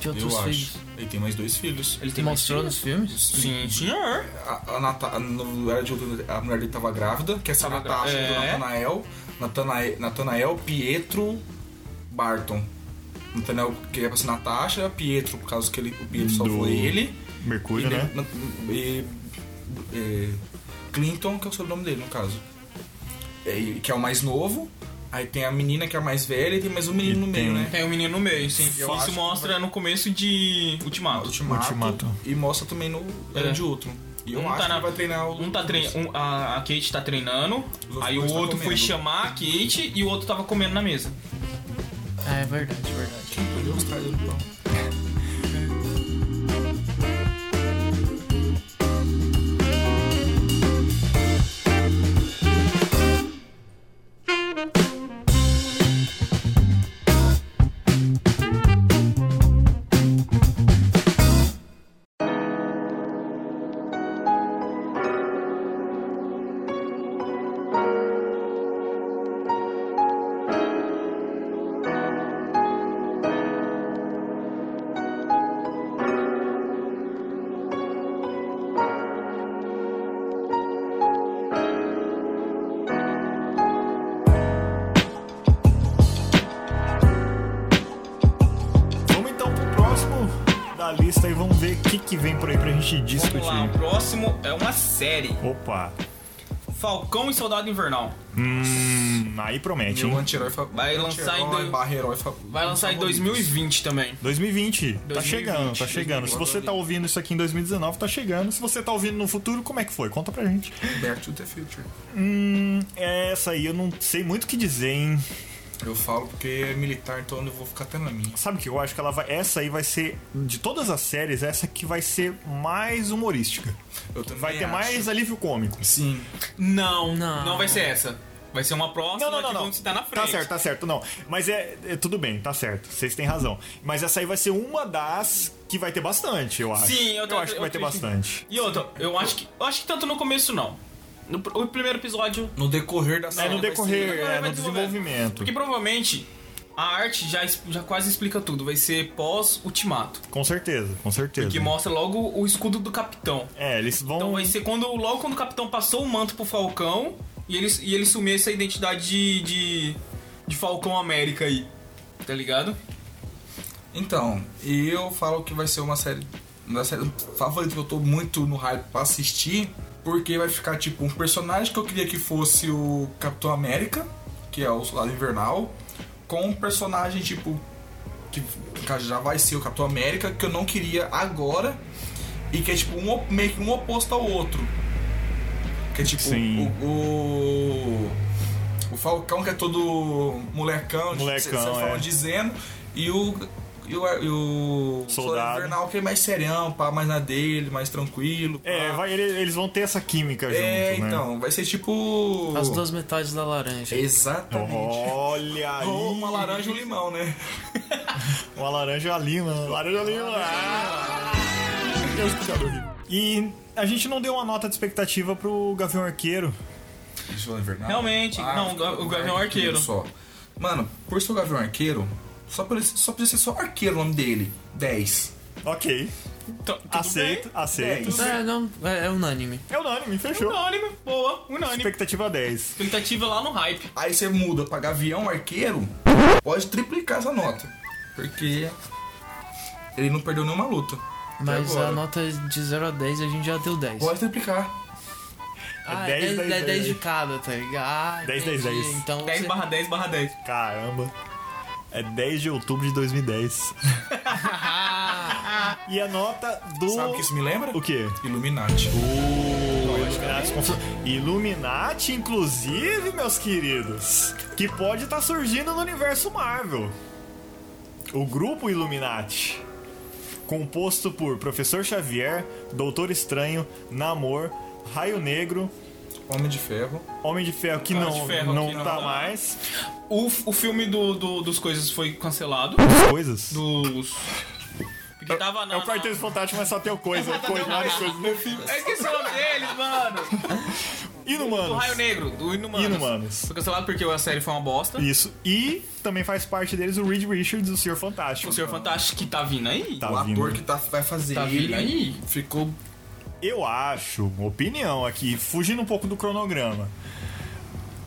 Que outros eu filhos? acho. Ele tem mais dois filhos. Ele tem mais Mostrou né? filhos? nos filmes? Sim, senhor. A, a, Nata- a- no- era de outro- a mulher dele tava grávida, que é essa Tava Natasha grávida. do É. Natanael. Natanael. Natanael, Pietro, Barton. Natanael que é pra ser Natasha, Pietro, por causa que ele, o Pietro salvou Do- ele. Mercúrio, e, né? na- e- e- Clinton, que é o sobrenome dele, no caso. É, e- que é o mais novo. Aí tem a menina que é a mais velha e tem mais um menino E no meio, tem- né? Tem o menino no meio, sim. Eu acho Isso que mostra no começo de Ah, Ultimato. Ultimato, Ultimato. E mostra também no É. é. de outro. E eu Um acho tá na- que vai treinar o. Um tá trein... um- a, a Kate tá treinando, outros aí o dois tá outro foi comendo. chamar a Kate e o outro tava comendo na mesa. É verdade, verdade. Quem podia gostar dele, então. não? Vamos então pro próximo da lista e vamos ver o que, que vem por aí pra gente discutir. Vamos lá, o próximo é uma série. Opa. Falcão e Soldado Invernal. Hum, aí promete, Meu hein? anti-herói fa- Vai lançar em anti-herói dois- barra herói fa- Vai lançar em favorito. 2020 também. 2020, tá 2020, chegando, tá chegando. Se você tá ouvindo isso aqui em 2019, tá chegando. Se você tá ouvindo no futuro, como é que foi? Conta pra gente. Back to the Future. Hum, essa aí eu não sei muito o que dizer, hein? Eu falo porque é militar, então eu vou ficar até na minha. Sabe o que eu acho que ela vai. Essa aí vai ser. De todas as séries, essa que vai ser mais humorística. Eu também Vai ter acho. mais alívio cômico. Sim. Não, não, Não. vai ser essa. Vai ser uma Não, próxima não, não, que não. vão citar na frente. Tá certo, tá certo, não. Mas é, é Tudo bem, tá certo. Vocês têm razão. Mas essa aí vai ser uma das que vai ter bastante, eu acho. Sim, eu tô- acho que eu vai ter acredito. bastante. E outra, eu acho que. Eu acho que tanto no começo não. No pr- o primeiro episódio. No decorrer da É série. no vai decorrer, ser- é vai no desenvolvendo. desenvolvimento. Porque provavelmente a arte já, es- já quase explica tudo. Vai ser pós-ultimato. Com certeza, com certeza. Que mostra logo o escudo do capitão. É, eles vão. Então vai ser quando, logo quando o capitão passou o manto pro Falcão e ele, e ele sumiu essa identidade de, de, de Falcão América aí. Tá ligado? Então, eu falo que vai ser uma série. Uma das séries favoritas que eu tô muito no hype pra assistir. Porque vai ficar tipo um personagem que eu queria que fosse o Capitão América, que é o Soldado Invernal, com um personagem tipo. Que que já vai ser o Capitão América, que eu não queria agora. E que é tipo um, op- meio que um oposto ao outro. Que é tipo Sim. o. o o Falcão, que é todo molecão, Molecão, cê- cê fala é. dizendo, e o. E o, e o Soldado. Invernal, que é mais serião, pá, mais na dele, mais tranquilo. pá. É, vai, ele- eles vão ter essa química junto, É, né? então, vai ser tipo. As duas metades da laranja. Exatamente. Olha É aí. Ou uma laranja e um limão, né? Uma laranja é lima. Laranja lima. Ah! Deus do céu, horrível. E a gente não deu uma nota de expectativa pro Gavião Arqueiro. Soldado Invernal. Ah, Realmente, não, o Ga- o Gavião Arqueiro. um Só. Mano, por ser o Gavião Arqueiro, só, por, esse- só precisa ser só Arqueiro o nome dele. 10. Ok. Então, tudo aceito, bem. aceito. Dez. É, não, é, é unânime. É unânime, fechou. Unânime, boa, unânime. Expectativa 10. Expectativa lá no hype. Aí você muda pra Gavião Arqueiro, pode triplicar essa nota. Porque ele não perdeu nenhuma luta. Mas agora? a nota é de 0 a 10 a gente já deu 10. Pode triplicar. Ah, É é 10, 10, 10, 10, 10. de cada, tá ligado? Ah, 10, 10, entendi. 10. Então, 10 você- barra 10 barra 10. Caramba. É 10 de outubro de 2010. e a nota do. Sabe o que isso me lembra? O quê? Illuminati. Illuminati, confu- Illuminati, inclusive, meus queridos, que pode estar surgindo no universo Marvel. O grupo Illuminati, composto por Professor Xavier, Doutor Estranho, Namor, Raio Negro, Homem de Ferro. Homem de Ferro, que Homem não, de Ferro, não que não tá dá. mais. O, o filme do, do- dos coisas foi cancelado. Coisas? Dos. Porque tava na. É o Quarteto Fantástico, mas só tem o coisa, coisa, várias coisas. É que são deles, mano. Do Inumanos. Raio Negro, do Inumanos. Inumanos. Foi cancelado porque a série foi uma bosta. Isso. E também faz parte deles o Reed Richards, o Senhor Fantástico. O Senhor Fantástico que tá vindo aí. Tá o vindo. ator que tá, vai fazer Tá vindo ele aí. ficou. Eu acho, opinião aqui, fugindo um pouco do cronograma.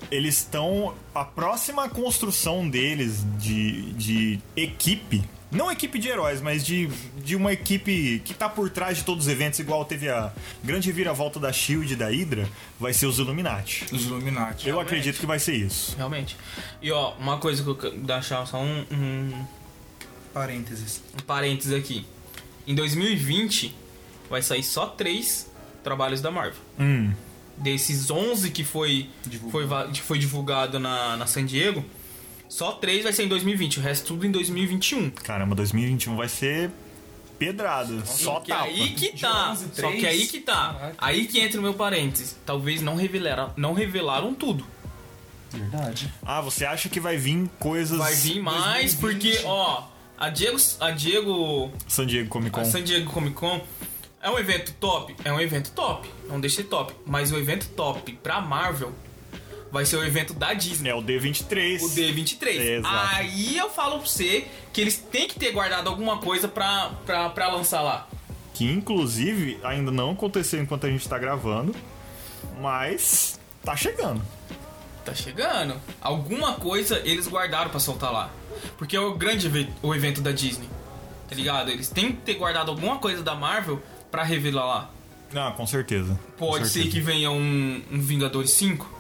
Eles estão. A próxima construção deles de, de equipe. Não equipe de heróis, mas de, de uma equipe que tá por trás de todos os eventos, igual teve a grande viravolta da Shield e da Hydra, vai ser os Illuminati. Os Illuminati. Eu acredito que vai ser isso. Realmente. E ó, uma coisa que eu quero deixar só um, um, Parênteses. um parênteses aqui. Em 2020 vai sair só três trabalhos da Marvel. Hum. Desses 11 que foi, Divulgado. foi, va- que foi divulgado na, na San Diego, só três vai ser em 2020. O resto tudo em 2021. Caramba, 2021 vai ser pedrado. Só que tapa. aí que De tá. 11, Só que aí que tá. Caraca. Aí que entra o meu parênteses. Talvez não revelaram, não revelaram tudo. Verdade. Ah, você acha que vai vir coisas. Vai vir mais 2020. porque, ó, a Diego, a Diego, San Diego Comic Con. a San Diego Comic Con é um evento top, é um evento top, não deixa de top, mas o evento top pra Marvel vai ser o evento da Disney. É o D23. O D23. É, exato. Aí eu falo pra você que eles têm que ter guardado alguma coisa pra, pra, pra lançar lá. Que inclusive ainda não aconteceu enquanto a gente tá gravando, mas tá chegando. Tá chegando. Alguma coisa eles guardaram pra soltar lá. Porque é o grande eve- o evento da Disney. Tá ligado? Eles têm que ter guardado alguma coisa da Marvel pra revelar lá. Ah, com certeza. Com Pode ser certeza. que venha um, um Vingadores 5.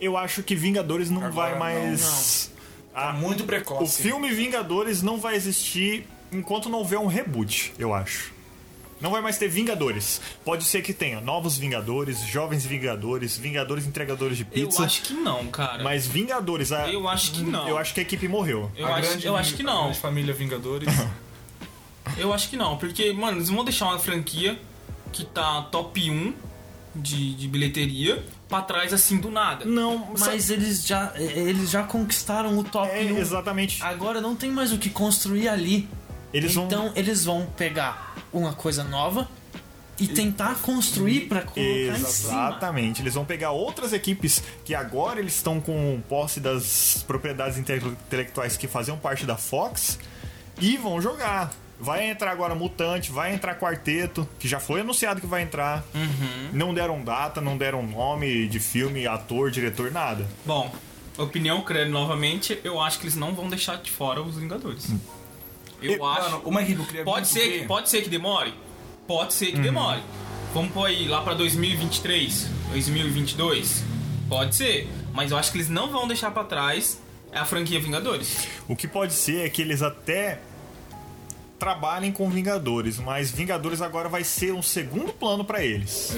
Eu acho que Vingadores não Agora vai não, mais. Tá Ah, muito o assim. precoce. filme Vingadores não vai existir enquanto não houver um reboot, eu acho. Não vai mais ter Vingadores. Pode ser que tenha novos Vingadores, jovens Vingadores, Vingadores entregadores de pizza. Eu acho que não, cara. Mas Vingadores, a... Eu acho que não. eu acho que a equipe morreu. Eu A acho, grande- eu acho que A não. grande família Vingadores. Eu acho que não, porque, mano, eles vão deixar uma franquia que tá top 1 de, de bilheteria pra trás assim do nada. Não, Mas eles já, eles já conquistaram o top É, 1. exatamente. Ah, Agora não tem mais o que construir ali. Eles vão. então eles vão pegar uma coisa nova e tentar construir pra colocar em cima. Exatamente. Eles vão pegar outras equipes que agora eles estão com posse das propriedades intele- intelectuais que faziam parte da Fox e vão jogar. Vai entrar agora Mutante, vai entrar Quarteto, que já foi anunciado que vai entrar. Uhum. Não deram data, não deram nome de filme, ator, diretor, nada. Bom, opinião credo novamente, eu acho que eles não vão deixar de fora os Vingadores. Eu Eu- acho. Mano, uma equipe eu queria Pode muito ser, que, ver. pode ser que demore? Pode ser que demore. Vamos pôr aí lá pra 2023, 2022? Pode ser. Mas eu acho que eles não vão deixar pra trás a franquia Vingadores. O que pode ser é que eles até trabalhem com Vingadores, mas Vingadores agora vai ser um segundo plano pra eles.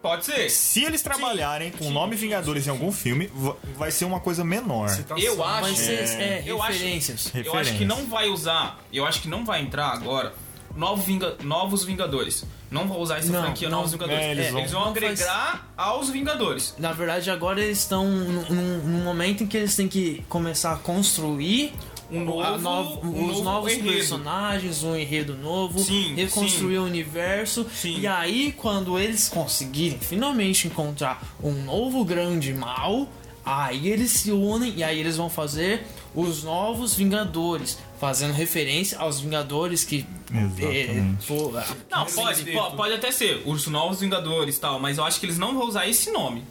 Pode ser. Se eles trabalharem com o sim, nome Vingadores em algum filme, va- vai ser uma coisa menor. Você tá Eu só- acho. Vai ser é, eu acho- referências. Eu acho que não vai usar. Eu acho que não vai entrar agora. Novo Vinga- novos Vingadores. Não vão usar essa Não, franquia não. Novos Vingadores. É, eles vão- eles vão não faz- agregar aos Vingadores. Na verdade, agora eles estão num, num- num momento em que eles têm que começar a construir Um novo- a nov- um os novo novos enredo. personagens, um enredo novo, Sim, reconstruir sim. o universo. Sim. E aí, quando eles conseguirem finalmente encontrar um novo grande mal, aí eles se unem e aí eles vão fazer os novos Vingadores, fazendo referência aos Vingadores que. eh, Exatamente. pô, Não, Sim, pode, sim. po- pode até ser. Os Novos Vingadores e tal, mas eu acho que eles não vão usar esse nome.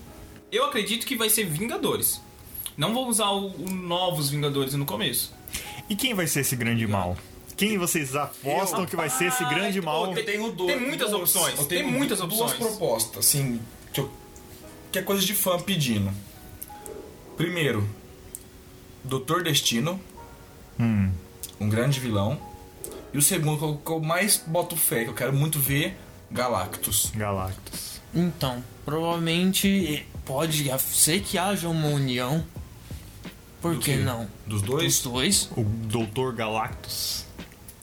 Eu acredito que vai ser Vingadores. Não vão usar o, o Novos Vingadores no começo. E quem vai ser esse grande mal? Quem vocês apostam que vai ser esse grande Ah, mal? tem- tem muitas opções, eu tem muitas Duas opções. propostas, assim, que, eu- que é coisa de fã pedindo. Primeiro, Doutor Destino, Hum. um grande vilão. E o segundo, que eu, que eu mais boto fé, que eu quero muito ver, Galactus. Galactus. Então, provavelmente pode ser que haja uma união. Por Do quê? que não? Dos dois? Os dois? O Doutor Galactus.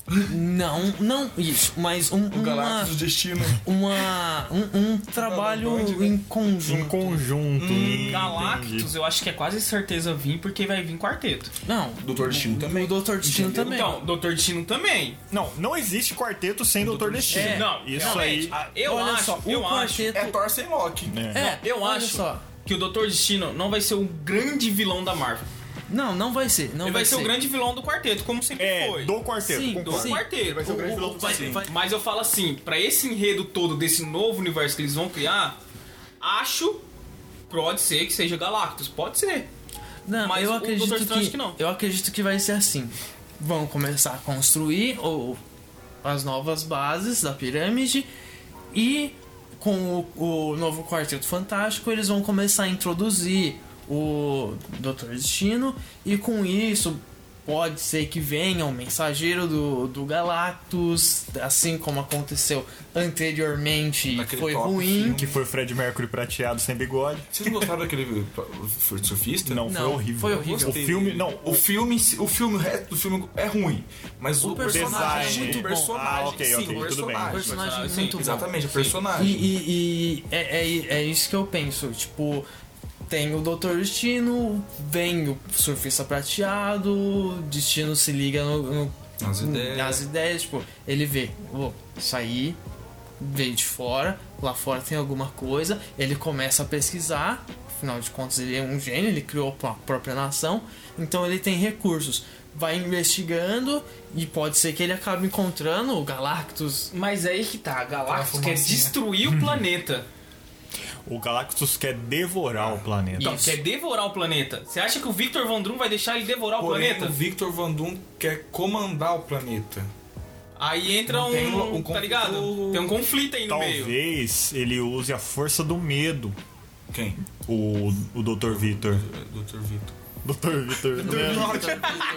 Não, não isso, mas um, O uma, Galactus do Destino. uma, um, um trabalho Não, não, né? não, em Um conjunto. conjunto. Hum, entendi. Hum, Galactus, eu acho que é quase certeza vir, porque vai vir quarteto. Não, Doutor Destino também. o Doutor Destino Entendeu? também. Então, Dr. Destino também. Não, não existe quarteto sem Doutor Destino. É, Não, isso realmente. aí. Ah, Eu Olha acho, só, o eu acho. quarteto. É Thor sem Loki. É. É, Eu olha acho Só. que o Dr. Destino não vai ser o grande vilão da Marvel. Não, não vai ser. Não vai, Ele vai ser o grande vilão do quarteto, como sempre É, foi. do quarteto. Sim, concordo. do quarteto. Vai ser o grande vilão do vai- quarteto. vai- Mas eu falo assim, pra esse enredo todo desse novo universo que eles vão criar, acho pode ser que seja Galactus, pode ser. Não, Mas eu o acredito Dr. Strange que, que não. Eu acredito que vai ser assim. Vão começar a construir ou as novas bases da pirâmide e com o, o novo Quarteto Fantástico eles vão começar a introduzir o Dr. Destino e com isso pode ser que venha o mensageiro do, do Galactus, assim como aconteceu anteriormente, e Naquele foi top ruim. filme. Que foi o Fred Mercury prateado sem bigode. Vocês gostaram daquele surfista? Não, foi Não, horrível. foi horrível. O filme, não, O filme, em si- o filme, o resto do filme é ruim, mas o, personagem, design. é muito Bom, bom. personagem, ah, ok, sim, ok, o tudo personagem. O bem. personagem Sim, muito bom. Exatamente, o Sim. personagem. E, e- e é, é, é isso que eu penso. Tipo, tem o Doutor Destino, vem o surfista prateado, Destino se liga no, no- Nas ideias. nas ideias, tipo, ele vê, "Ô, isso aí veio de fora, lá fora tem alguma coisa, ele começa a pesquisar, afinal de contas ele é um gênio, ele criou a própria nação, então ele tem recursos. Vai investigando e pode ser que ele acabe encontrando o Galactus. Mas aí que tá, Galactus Tá, quer fumacinha. destruir o planeta. o Galactus quer devorar o planeta. Então, Isso. quer devorar o planeta. Você acha que o Victor Von Drum vai deixar ele devorar o Porém, planeta? o Victor Van Doom quer comandar o planeta. Aí entra Não um, tem um Tá conflito- ligado? Tem um conflito aí no meio. Talvez ele use a força do medo, Quem? o, o Dr. Vitor. Dr. Vitor. Dr. Vitor.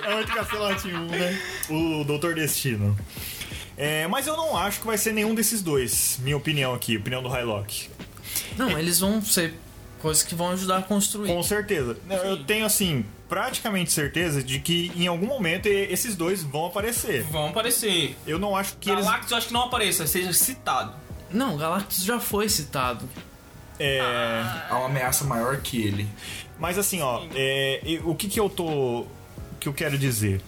É muito Castelatinho, né? O Doutor Destino. É, mas eu não acho que vai ser nenhum desses dois, minha opinião aqui, opinião do Hylock. Não, eles vão ser coisas que vão ajudar a construir. Com certeza. Eu tenho, assim, praticamente certeza de que em algum momento e- esses dois vão aparecer. Vão aparecer. Eu não acho que eles. Galactus eu acho que não apareça, seja citado. Não, Galactus já foi citado. É, Há uma ameaça maior que ele. Mas assim, ó, é, e- o que que eu tô. que eu quero dizer?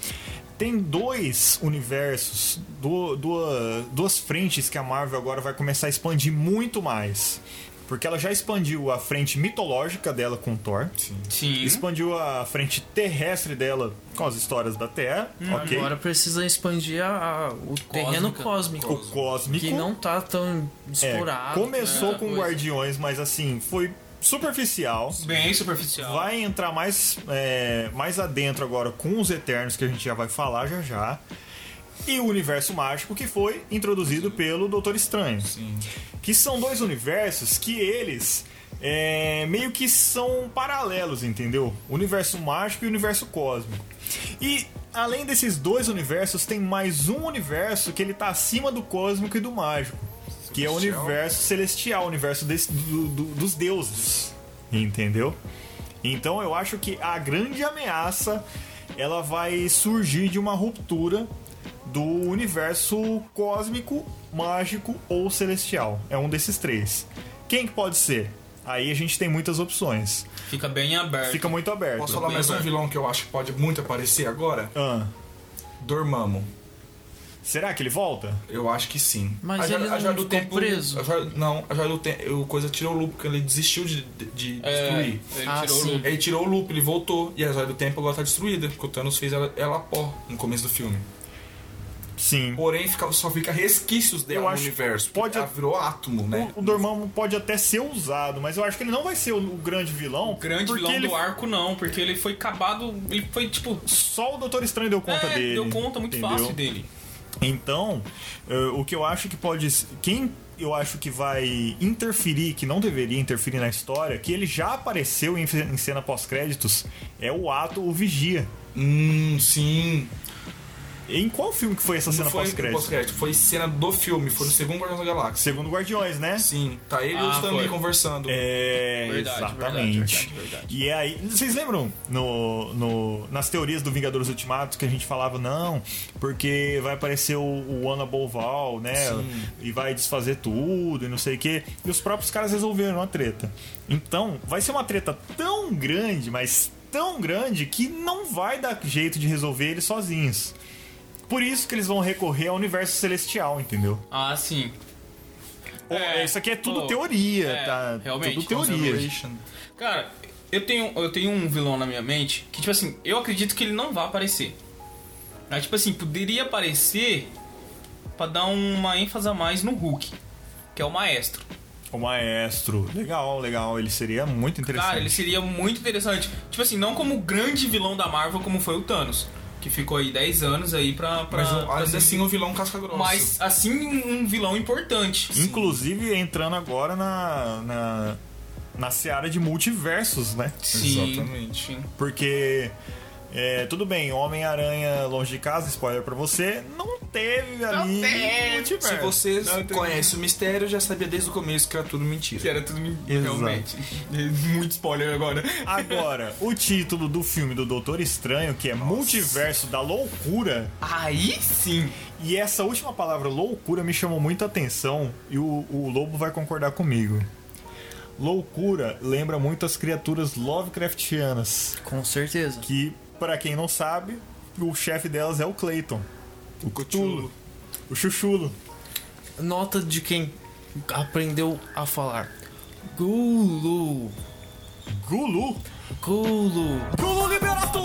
Tem dois universos, du- dua- duas frentes que a Marvel agora vai começar a expandir muito mais. Porque ela já expandiu a frente mitológica dela com Thor, Uhum. Sim. expandiu a frente terrestre dela com as histórias da Terra, ok? Uhum. Agora precisa expandir a- a- o terreno cósmico. o cósmico. Que não tá tão é, explorado. começou né, com coisa. Guardiões, mas assim, foi superficial. Bem superficial. Vai entrar mais, é, mais adentro agora com os Eternos, que a gente já vai falar já já. E o Universo Mágico, que foi introduzido pelo Doutor Estranho. Sim. Que são dois universos que eles é, meio que são paralelos, entendeu? O Universo Mágico e o Universo Cósmico. E além desses dois universos, tem mais um universo que ele tá acima do cósmico e do mágico. Que é o Celestial. universo celestial, o universo desse- do- do- dos deuses. Entendeu? Então eu acho que a grande ameaça ela vai surgir de uma ruptura do universo cósmico, mágico ou celestial. É um desses três. Quem que pode ser? Aí a gente tem muitas opções. Fica bem aberto. Fica muito aberto. Posso falar mais um vilão que eu acho que pode muito aparecer agora? Ah, Dormammu. será que ele volta? Eu acho que sim. Mas joia- ele não joia ficou preso? a joia- não, a joia do tempo. O coisa tirou o loop, porque ele desistiu de, de É, destruir. ele Ah, tirou sim. o loop. Ele tirou o loop, ele voltou. E a joia do tempo agora tá destruída, porque o Thanos fez ela, ela pó no começo do filme. Sim. Porém, fica- só fica resquícios dela Eu no acho que universo. pode- Pode... Ela virou átomo, é. né? O Dormammu pode até ser usado, mas eu acho que ele não vai ser o o grande vilão. Grande porque vilão ele... do arco, não, porque ele foi acabado. Ele foi tipo. Só o Doutor Estranho deu conta é, dele. deu conta muito entendeu? fácil dele. Então, eh, o que eu acho que pode. Quem eu acho que vai interferir, que não deveria interferir na história, que ele já apareceu em, em cena pós-créditos, é o ato, o vigia. Hum, sim. Em qual filme que foi essa cena não foi no pós-crédito? pós-crédito, foi cena do filme, foi no segundo Guardiões da Galáxia. Segundo Guardiões, né? Sim, tá ele e o Ah, Stan Lee foi. conversando. É, Verdade, exatamente. verdade, verdade, verdade. E é aí, vocês lembram no, no- nas teorias do Vingadores Ultimato que a gente falava, não, porque vai aparecer o, o Ana Boval, né? E vai desfazer tudo e não sei o quê. E os próprios caras resolveram a treta. Então, vai ser uma treta tão grande, mas tão grande, que não vai dar jeito de resolver eles sozinhos. Por isso que eles vão recorrer ao universo celestial, entendeu? Ah, sim. Pô, É, isso aqui é tudo pô, teoria, é, tá? realmente, tudo teoria. Cara, eu tenho, eu tenho um vilão na minha mente que, tipo assim, eu acredito que ele não vai aparecer. Mas, tipo assim, poderia aparecer pra dar uma ênfase a mais no Hulk, que é o maestro. O maestro. Legal, legal. Ele seria muito interessante. Cara, ele seria muito interessante. Tipo assim, não como o grande vilão da Marvel como foi o Thanos, que ficou aí 10 anos aí pra... pra Mas pra ainda ser- assim o vilão casca grossa. Mas, assim, um um vilão importante. Inclusive entrando agora na, na, na seara de multiversos, né? Sim. Exatamente. Sim. Porque. é, tudo bem, Homem-Aranha Longe de Casa, spoiler pra você, não teve ali teve. multiverso. Se você Não teve. conhece o mistério, já sabia desde o começo que era tudo mentira. Que era tudo me- Exato. realmente. Muito spoiler agora. Agora, o título do filme do Doutor Estranho, que é Multiverso da Loucura, Aí sim. e essa última palavra, loucura, me chamou muita atenção e o, o Lobo vai concordar comigo. Loucura lembra muito as criaturas Lovecraftianas. Com certeza. que, pra quem não sabe, o chefe delas é o Clayton. O Cthulhu. O Chuchulo. Nota de quem aprendeu a falar. Gulu. Gulu. Gulu. Gulu Liberato!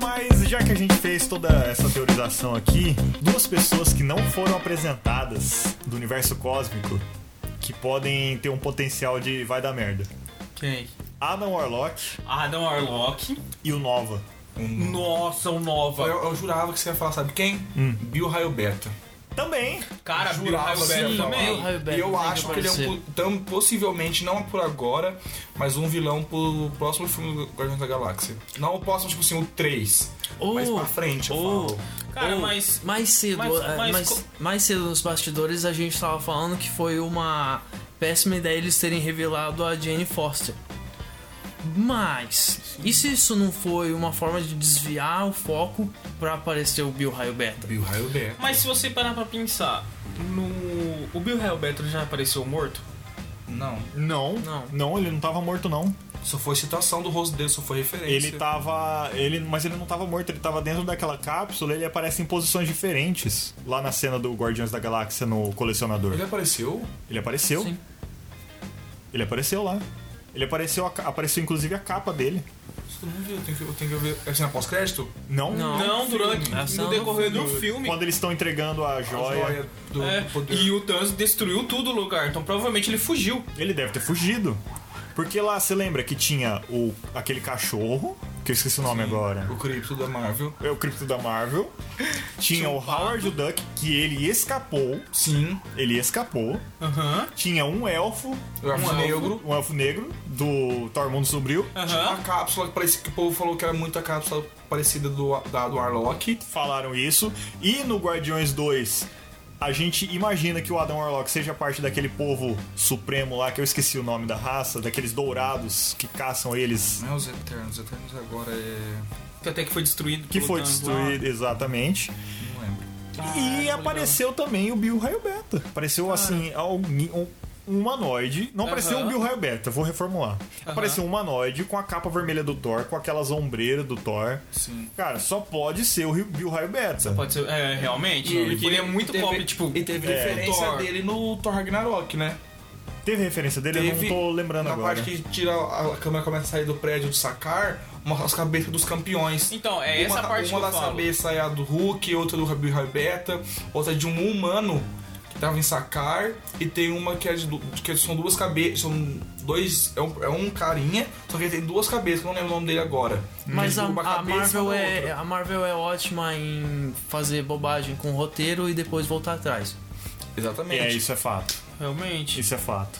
Mas já que a gente fez toda essa teorização aqui, duas pessoas que não foram apresentadas do universo cósmico que podem ter um potencial de vai dar merda. Quem? Adam Warlock Adam Warlock. e o Nova. Nossa, o Hum. Eu, Nova. eu jurava que você ia falar, sabe quem? Hum. Bill Raio Beta. Também. Cara, Bill Jurava que você é ia Raio falar. também. Raio Beta E eu tem que acho que ele é um, aparecer. po- então, possivelmente, não por agora, mas um vilão pro próximo filme do Guardiões da Galáxia. Não o próximo, tipo assim, o 3. mas Oh, pra frente, eu oh. falo. Cara, Ou, mas. Mais cedo, mas- é, mas mais, co- mais cedo nos bastidores, a gente tava falando que foi uma péssima ideia eles terem revelado a Jane Foster. Mas, e se isso não foi uma forma de desviar o foco pra aparecer o Bill Raio Beta? Bill Raio Beta. Mas se você parar pra pensar, no. O Bill Helberto já apareceu morto? Não. Não, Não. não, ele não tava morto não. Só foi citação do rosto dele, só foi referência. Ele tá- tava, ele, mas ele não tava morto, ele tava dentro daquela cápsula, ele aparece em posições diferentes lá na cena do Guardiões da Galáxia no colecionador. Ele apareceu? Ele apareceu? Sim. Ele apareceu lá. Ele apareceu, a ca- apareceu inclusive a capa dele. Isso eu não vi, eu tenho que, eu tenho que ver. É assim, após crédito? Não? Não. Não, durante. filme. Ação No decorrer do do filme. Quando eles estão entregando a A joia, do É, do poder. e o Thanos destruiu tudo o lugar, então provavelmente ele fugiu. ele deve ter fugido. Porque lá, você lembra que tinha o, aquele cachorro, que eu esqueci o nome agora. O Cripto da Marvel. É o cripto da Marvel. Tinha o Howard Duck, que ele escapou. Sim. Ele escapou. Aham, Tinha um elfo, O Elfo elfo. Negro. um elfo negro, do Thor Mundo Sombrio. aham. A cápsula que parecia que o povo falou que era muito a cápsula parecida do, da, do Arlok. Falaram isso. E no Guardiões 2, a gente imagina que o Adam Warlock seja parte daquele povo supremo lá, que eu esqueci o nome da raça, daqueles dourados que caçam eles. Não é os Eternos, os Eternos agora é. Que até que foi destruído. Que pelo foi Thanos lá. destruído, exatamente. Não lembro. E legal. apareceu também o Bill Raio Beta. Apareceu assim, alguém. Um, um humanoide. Não apareceu Aham. o Bill Raio Beta, vou reformular. Apareceu um humanoide com a capa vermelha do Thor, com aquelas ombreiras do Thor. Sim. Cara, só pode ser o Rio- Bill Raio Beta. Pode ser, é, realmente. porque ele é muito pop, tipo. E teve é, referência Thor. dele no Thor Ragnarok, né? Teve referência dele? Teve- eu não tô lembrando Na Tá agora. parte que tira a, a câmera começa a sair do prédio do Sakar, uma, as cabeças dos campeões. Então, é essa da- Uma parte que eu das falo. cabeças é a do Hulk, outra do Rabi Beta, outra de um humano que tava em Sakar, e tem uma que é de. du- que são duas cabeças. São dois. É um, é um carinha, só que ele tem duas cabeças, que eu não lembro o nome dele agora. Mas Ele a, derruba a cabeça Marvel da é, outra. a Marvel é ótima em fazer bobagem com o roteiro e depois voltar atrás. Exatamente. É, isso é fato. Realmente. Isso é fato.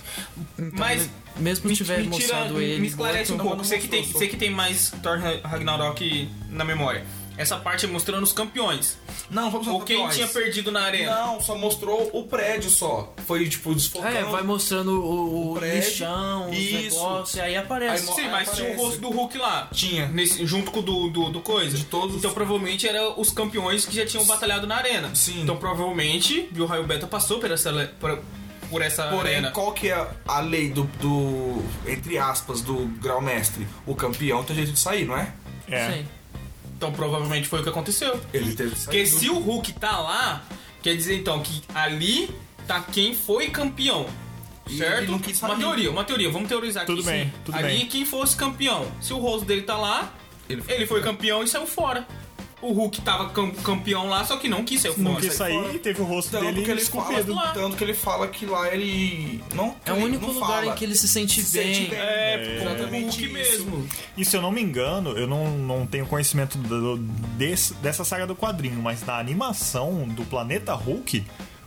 Mas. Mesmo me- tiver me tira- mostrado me- ele. Me esclarece um morto, Não, pouco. não Você que, tem, mostrou, você que tem mais Thor Ragnarok na memória. Essa parte é mostrando os campeões. Não, vamos Ou quem campeões. tinha perdido na arena. Não, só mostrou o prédio só. Foi tipo desfocando. É, vai mostrando o, o, O prédio. lixão, os Isso. negócios, e Aí aí aparece. mo- Sim, mas tinha o aparece. rosto do Hulk lá. Tinha. Nesse- junto com o do, do, do coisa. De todos os- Então provavelmente eram os campeões que já tinham batalhado na arena. Sim. Então provavelmente Bill Raio Beta passou por essa, le- por, por essa Porém, arena. qual que é a lei do, do- entre aspas, do grau mestre? O campeão tem jeito de sair, não é? É. Sim. Então provavelmente foi o que aconteceu. Ele teve que Porque sair. se o Hulk tá lá, quer dizer então que ali tá quem foi campeão. E ele Certo? não quis Uma sair. teoria, uma teoria, vamos teorizar aqui. Tudo bem, tudo ali bem. quem fosse campeão. Se o rosto dele tá lá, Ele ele foi foi, campeão e saiu fora. O Hulk tava cam- campeão lá, só que não quis sair Não fora. quis sai sair, fora. teve o rosto Tanto dele que, ele esculpido. fala, tanto que ele fala que lá ele. Não, É o ele único não lugar fala. em que ele se sente Se bem. sente bem. É, como o exatamente Hulk isso. mesmo. E se eu não me engano, eu não, não tenho conhecimento do- desse- dessa saga do quadrinho, mas na animação do Planeta Hulk,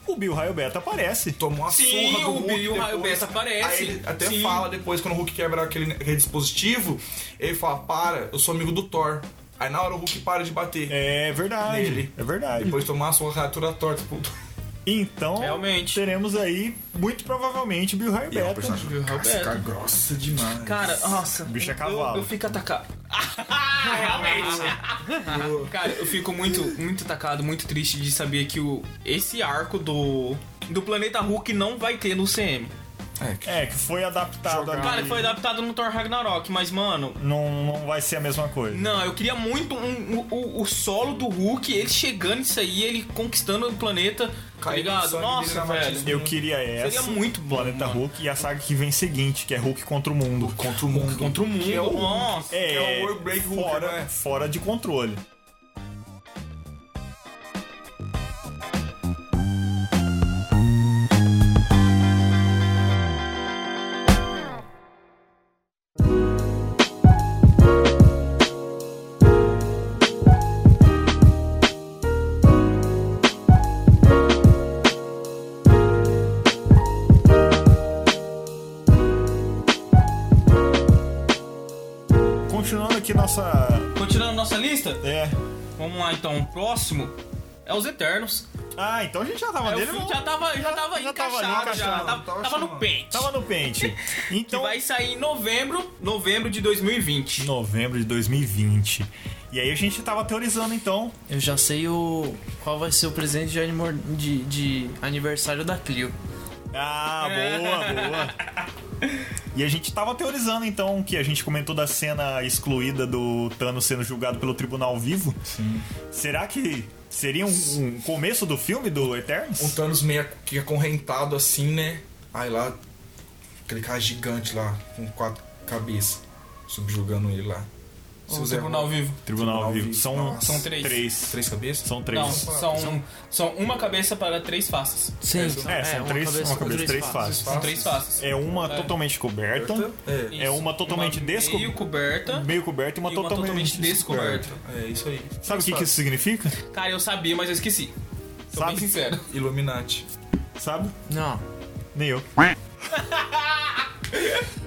o Bill Raio Beta aparece. Tomou a Sim, surra do o Hulk. Bill depois. Raio Beta aparece. Aí ele até Sim. fala depois, quando o Hulk quebra aquele, aquele dispositivo, ele fala: Para, eu sou amigo do Thor. Aí na hora o Hulk para de bater. É verdade. Nele. É verdade. Depois tomar a sua ratura torta. Tipo, Então, Realmente. teremos aí, muito provavelmente, Bill Raio é um Beta. personagem Bill Raio casca Beta. grossa demais. Cara, nossa. Bicho é eu- cavalo. Eu, fico atacado. Ah, realmente. Cara, eu fico muito, muito atacado, muito triste de saber que o, esse arco do, do planeta Hulk não vai ter no CM. É, que É, que foi adaptado Jogar. ali. Cara, foi adaptado no Thor Ragnarok, mas mano. Não, não vai ser a mesma coisa. Não, eu queria muito um- um- o, o solo do Hulk, ele chegando isso aí, ele conquistando o planeta, tá Caindo ligado? sangue dele Nossa, na velho. batida. Eu queria essa. muito bom, Planeta mano. Hulk e a saga que vem seguinte, que é Hulk contra o mundo. contra o mundo. Contra o mundo, Que é o- nossa. é o World Break Hulk, fora, né? fora de controle. nossa. Continuando nossa lista, É. vamos lá então. O próximo é Os Eternos. Ah, então a gente já tava É, o nele, filme não? já tava, já tava Já tava encaixado, ali, já. encaixado, Tava, tava tava no chamando. pente. Tava no pente. Que Então. vai sair em novembro, novembro de 2020. Novembro de 2020. E aí a gente tava teorizando então. Eu já sei o qual vai ser o presente de, animo- de- de aniversário da Clio. Ah, boa, boa. E a gente tava teorizando então que a gente comentou da cena excluída do Thanos sendo julgado pelo tribunal vivo. Sim. Será que seria um, um começo do filme do Eternos? Um Thanos meio que acorrentado assim, né? Aí lá, aquele cara gigante lá, com quatro cabeças, subjugando ele lá. Se O você Tribunal Vivo. Tribunal Tribunal vivo. Vivo. São, Nossa. são São três. três. Três cabeças? São três. Não, são, são uma cabeça para três faces. Sim, É, são três, uma cabeça, três faces. São três faces. É uma totalmente coberta, É, É uma totalmente desco- meio coberta meio coberta e uma, e uma totalmente descoberta. é isso aí. Sabe o que, que isso significa? Cara, eu sabia, mas eu esqueci. Tô Sabe? bem sincero. Illuminati. Sabe? Não. Nem eu.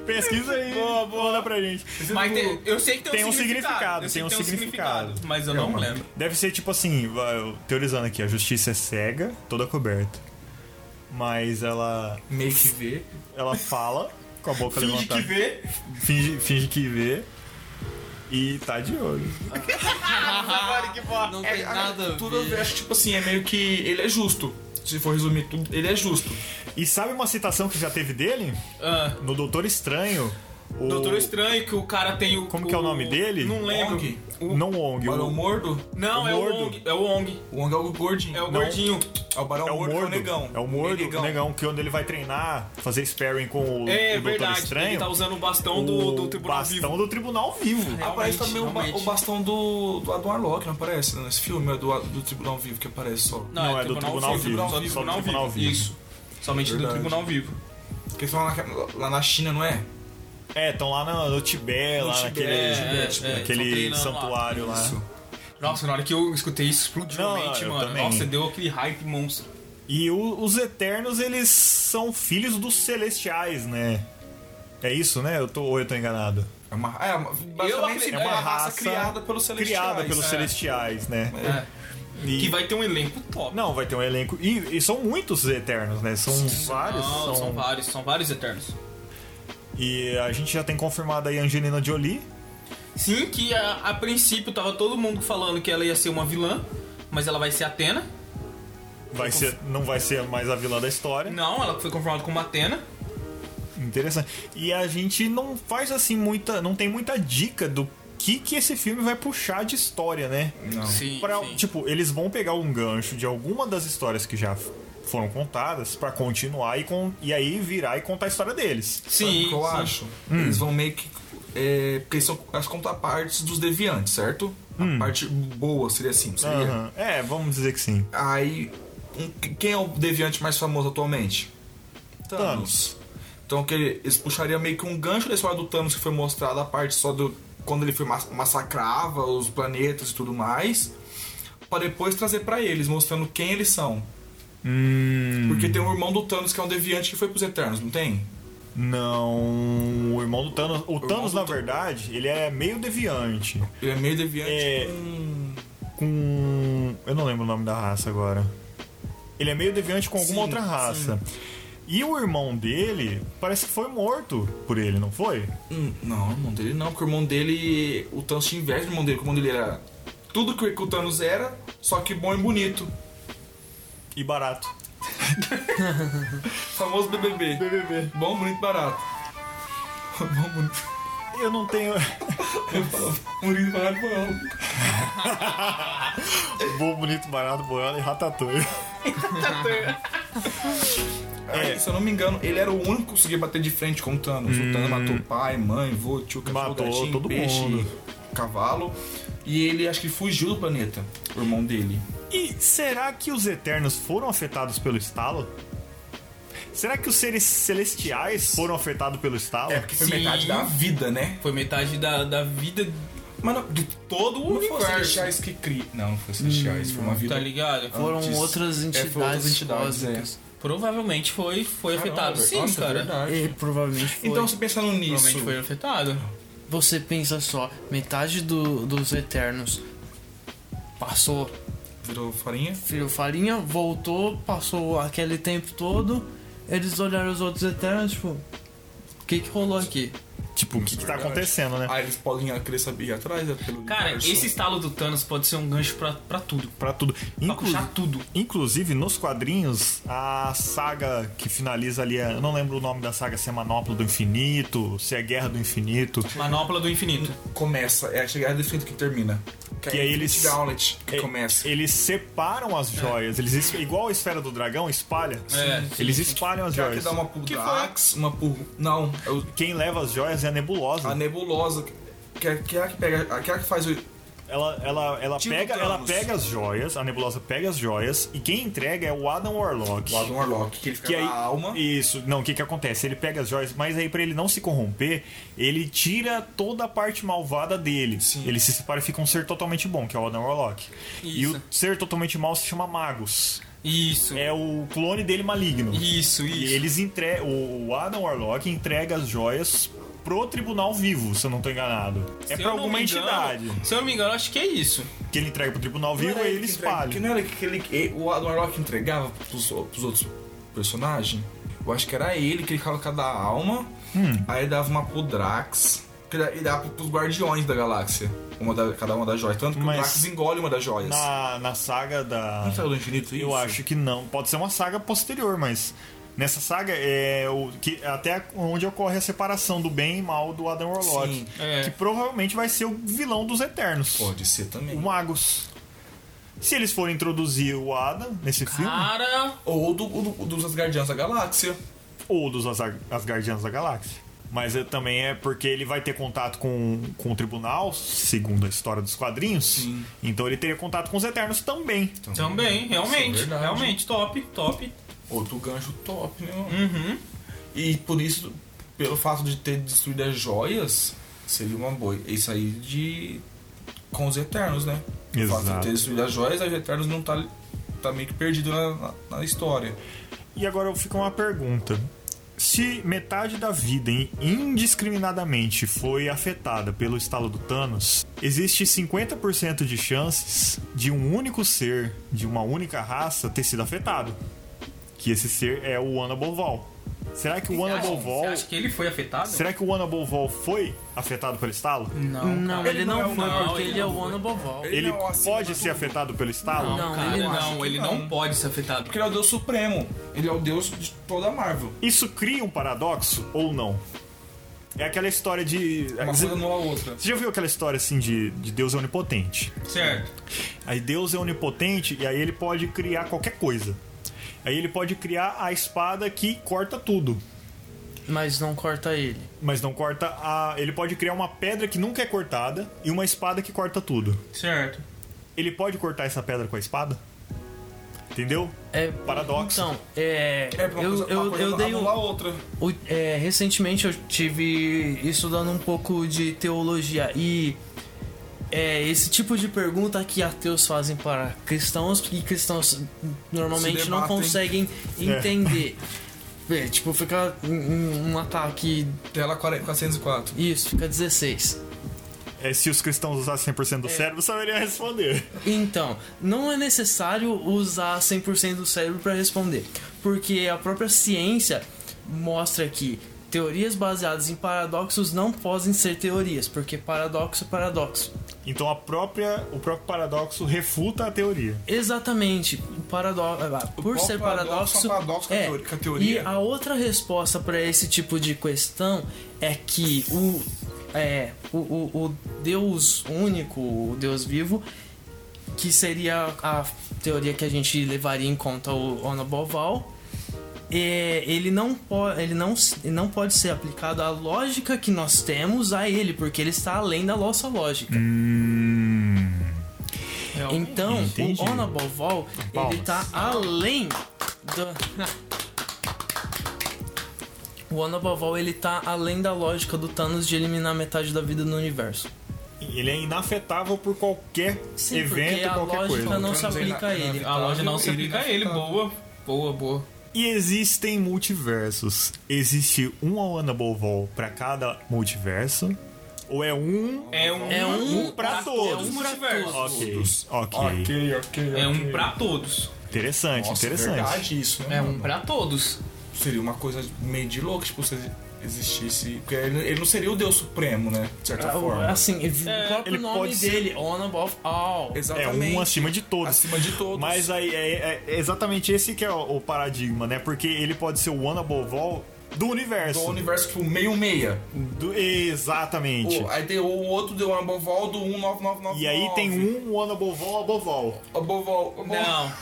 Pesquisa aí. Boa, Manda pra gente. Mas tem- eu sei que tem, é tipo, Tem um significado, Eu sei tem que um significado. É Mas eu não lembro. Deve ser tipo assim, vai- teorizando aqui, a justiça é cega, toda coberta. Mas ela Meio que vê. ela fala com a boca Finge que levantada. vê. Finge, finge que vê. E tá de olho. Ah, Não é tem nada a Tudo eu ver. acho tipo assim, é meio que ele é justo. Se for resumir tudo, ele é justo. E sabe uma citação que já teve dele? Ah, No Doutor Estranho. O... Doutor Estranho, que o cara tem o. Como que é o nome dele? Não lembro. Ong. Não Wong. um Barão o- Mordo? Não, O é Mordo. o Ong. É o Ong. O Ong é o gordinho. É o Não. gordinho. É o Barão É o Mordo, Mordo, que é o negão. É o Mordo, negão. Negão. que onde ele vai treinar, fazer sparring com o, o É Doutor verdade. Estranho. Ele tá usando o bastão do, do tribunal bastão vivo. do tribunal vivo. É. Aparece também o, ba- realmente. o bastão do, do, do Arlok, não aparece nesse filme? É do, do Tribunal Vivo que aparece só. Não, é do Tribunal só Vivo, Só do só do tribunal Tribunal vivo. Vivo. Isso. Somente do Verdade. tribunal vivo. Porque eles falam lá, lá na China, não é? É, estão lá no, no Tibete, No lá Tibete, naquele é, é, tão aquele treinando santuário lá. Isso. Nossa, na hora que eu escutei isso, explodiu Não, a mente, eu mano. também. Nossa, deu aquele hype monstro. E o- os Eternos, eles são filhos dos Celestiais, né? É isso, né? Eu tô, ou eu tô enganado? É uma, é, uma- basicamente acredito- É é uma uma raça, raça criada pelos celestiais. Criada pelos é. Celestiais, né? É. E- Que vai ter um elenco top. Não, vai ter um elenco. E, e são muitos Eternos, né? São vários. Não, são... são- vários, são vários eternos. E a gente já tem confirmado aí a Angelina Jolie. Sim, que a, a princípio tava todo mundo falando que ela ia ser uma vilã, mas ela vai ser Atena. Vai ser, não vai ser mais a vilã da história. Não, ela foi conformada como Atena. Interessante. E a gente não faz assim muita. Não tem muita dica do que, que esse filme vai puxar de história, né? Não. Sim, Pra, sim. Tipo, eles vão pegar um gancho de alguma das histórias que já f- foram contadas pra continuar e, con- e aí virar e contar a história deles. Sabe sim, o que eu sim. acho? Hum. Eles vão meio que. É, porque são as contrapartes dos deviantes, certo? A parte boa seria assim, não seria? Hum. Aham. É, vamos dizer que sim. Aí. um- quem é o deviante mais famoso atualmente? Thanos. Então que eles puxariam meio que um gancho da história do Thanos que foi mostrada a parte só do. quando ele foi mas- massacrava os planetas e tudo mais. Pra depois trazer pra eles, mostrando quem eles são. Hum. Porque tem um irmão do Thanos que é um deviante que foi pros Eternos, não tem? Não. O irmão do Thanos. O, Thanos, do na Thanos. verdade, ele é meio deviante. Ele é meio deviante. Hum, É. com- com. Eu não lembro o nome da raça agora. Ele é meio deviante com alguma Sim, outra raça. E o irmão dele parece que foi morto por ele, não foi? Hum, Não, o irmão dele não, porque o irmão dele. O Thanos tinha inveja do irmão dele, porque o irmão dele era tudo que o Thanos era, só que bom e bonito. E barato. Famoso BBB. BBB. Bom, bonito, barato. Bom, bonito. Eu não tenho. Bonito, barato, bom. Bom, bonito, barato, boiola e ratatouille. Aí, se eu não me engano, ele era o único que conseguia bater de frente com o Thanos. O Thanos matou pai, mãe, vô, tio, cachorro, Matou gatinho, todo peixe, mundo. cavalo. E ele, acho que fugiu do planeta, o irmão dele. E será que os Eternos foram afetados pelo estalo? Será que os seres celestiais foram afetados pelo estalo? É, porque foi Sim. metade da vida, né? Foi metade da, da vida, Mas não, de todo o não foram universo. celestiais que cri... Não, não foi celestiais, foi uma vida Tá ligado? Foram Antes- outras é, entidades, foi outras entidades, cósmicas. Provavelmente foi, foi Caramba, afetado, sim, nossa, é cara. verdade. E provavelmente foi. Então, você pensando nisso, Provavelmente foi afetado. você pensa só, metade do- dos Eternos passou, Virou farinha? filho farinha, voltou, passou aquele tempo todo, eles olharam os outros Eternos, tipo, o que que rolou aqui? Tipo, o que, que tá Verdade. acontecendo, né? Aí Ah, eles podem querer saber ir atrás, né? Pelo Cara, universo. esse estalo do Thanos pode ser um gancho pra, pra tudo. Pra tudo. Tá Pra Inclu- puxar tudo. Inclusive, nos quadrinhos, a saga que finaliza ali, é, eu não lembro o nome da saga, se é Manopla do Infinito, se é Guerra do Infinito. Manopla do infinito. Começa, é a chegada do infinito que termina. Que é aí o eles- Infinity Gauntlet que É, começa. Eles separam as joias. Eles es- igual a esfera do dragão, espalha. É, sim, eles sim. espalham as Que é a que joias. dá uma pro Que foi? Drax, uma pro... Não, é o- Quem leva as joias é a nebulosa. a nebulosa, que é, que é a que pega... a- Que é a que faz o... Ela, ela, ela, Tio do pega, ela Thanos. pega as joias, a nebulosa pega as joias, e quem entrega é o Adam Warlock. O Adam Warlock, que ele fica Que aí, na alma. Isso, não, o que que acontece? Ele pega as joias, mas aí pra ele não se corromper, ele tira toda a parte malvada dele. Sim. Ele se separa e fica um ser totalmente bom, que é o Adam Warlock. E Isso. o ser totalmente mal se chama Magus. Isso. É o clone dele maligno. Isso, E isso. eles entre... o Adam Warlock entrega as joias pro tribunal vivo, se eu não tô enganado. é pra Se eu não alguma me engano- entidade. Se eu não me engano, acho que é isso. Que ele entrega pro tribunal Não vivo era e que ele entrega- espalha. Que não era que ele, que o Adam Warlock entregava pros, pros outros personagens? Eu acho que era ele que ele colocava da alma, Hum. aí dava uma pro Drax, que da- e dava pros guardiões da galáxia, uma da, cada uma das joias. Tanto que Mas- o Drax engole uma das joias. Na, na saga da. Não saiu do infinito isso? Eu acho que não. Pode ser uma saga posterior, mas nessa saga é o que até onde ocorre a separação do bem e mal do Adam Warlock, Sim, é. que provavelmente vai ser o vilão dos Eternos, Pode ser também. o Magus. Se eles forem introduzir o Adam Ah. nesse filme Cara, Ou do, do- dos Asgardianos da galáxia. ou dos Asar- Asgardianos da Galáxia. Mas é- também é porque ele vai ter contato com, com o tribunal, segundo a história dos quadrinhos. Sim. Então ele teria contato com os Eternos também. também, realmente. Isso é verdade. realmente, top, top. Outro gancho top, né? mano? Uhum. E por isso, pelo fato de ter destruído as joias, seria uma boa. É Isso aí de. com os Eternos, né? O fato Exato. de ter destruído as joias, os Eternos não tá, tá meio que perdido na, na- na história. E agora fica uma pergunta. Se metade da vida in- indiscriminadamente foi afetada pelo estalo do Thanos, existe 50% de chances de um único ser, de uma única raça, ter sido afetado. Que esse ser é o Anabolval. Será que o Você acha- Anabolval. Você acha que ele foi afetado? Será que o Anabolval foi afetado pelo estalo? Não, Não, cara, ele não, não é o foi, Não, porque ele ele é o não foi. Ano Boval. Ele Ele não, assim, pode mas ser tudo. afetado pelo estalo? Não, Não, cara, ele não, acha que ele não. não. pode ser afetado. Porque ele é o Deus Supremo. Ele é o Deus de toda a Marvel. Isso cria um paradoxo ou não? É aquela história de. Uma coisa não a outra. Você já viu aquela história assim de, de Deus é onipotente? Certo. Aí Deus é onipotente e aí ele pode criar qualquer coisa. Aí ele pode criar a espada que corta tudo, Mas não corta ele. mas não corta a. Ele pode criar uma pedra que nunca é cortada e uma espada que corta tudo. Certo. Ele pode cortar essa pedra com a espada? Entendeu? É, Paradoxo. Então, é, É, uma eu, coisa, uma eu, coisa eu não dei um, anula a outra. O- é, recentemente eu tive estudando um pouco de teologia e é esse tipo de pergunta que ateus fazem para cristãos e cristãos normalmente não debatem. conseguem entender. É, tipo, fica um- um, um ataque. Tela 40 404. Isso, fica 16. É, se os cristãos usassem 100% do cérebro, saberia responder. Então, não é necessário usar 100% do cérebro para responder, porque a própria ciência mostra que teorias baseadas em paradoxos não podem ser teorias, porque paradoxo é paradoxo. Então a própria, o próprio paradoxo refuta a teoria. Exatamente, o paradoxo, por qual paradoxo ser paradoxo, é um paradoxo com a teoria- com a teoria? E a outra resposta para esse tipo de questão é que o é o, o, o Deus único, o Deus vivo, que seria a teoria que a gente levaria em conta o Onoboval, é, ele não pode ele não, se- ele não pode ser aplicado à lógica que nós temos a ele, porque ele está além da nossa lógica. Realmente. Então, Entendi. o Honorable Vol, Palmas. ele tá além da. O Honorable Vol, ele tá além da lógica do Thanos de eliminar metade da vida no universo. Ele é inafetável por qualquer Sim, porque evento, a qualquer lógica coisa. não se Thanos é aplica a ina- ele. tá? a loja não se Ele aplica a não ele. tá. Boa, boa, boa. E existem multiversos. Existe um Honorable Vol para cada multiverso. Ou é um, É um, É um pra todos? É um pra todos. Ok, ok. Ok, ok, ok. É um pra todos. Interessante, Nossa, é interessante. verdade isso, né? É mano? um pra todos. Seria uma coisa meio de louco, tipo, se existisse... Porque ele, ele não seria o deus supremo, né? De certa forma. Assim, ele- É, o próprio ele nome pode ser- dele, On Above All. É Exatamente. um acima de todos. Acima de todos. Mas aí é, é exatamente esse que é o, o paradigma, né? Porque ele pode ser o one above all do universo. Do universo, tipo, meio meia. Do- exatamente. O, aí tem o outro deu um Aboval do 19999. E aí tem um one above all above all. Aboval. Aboval- Não,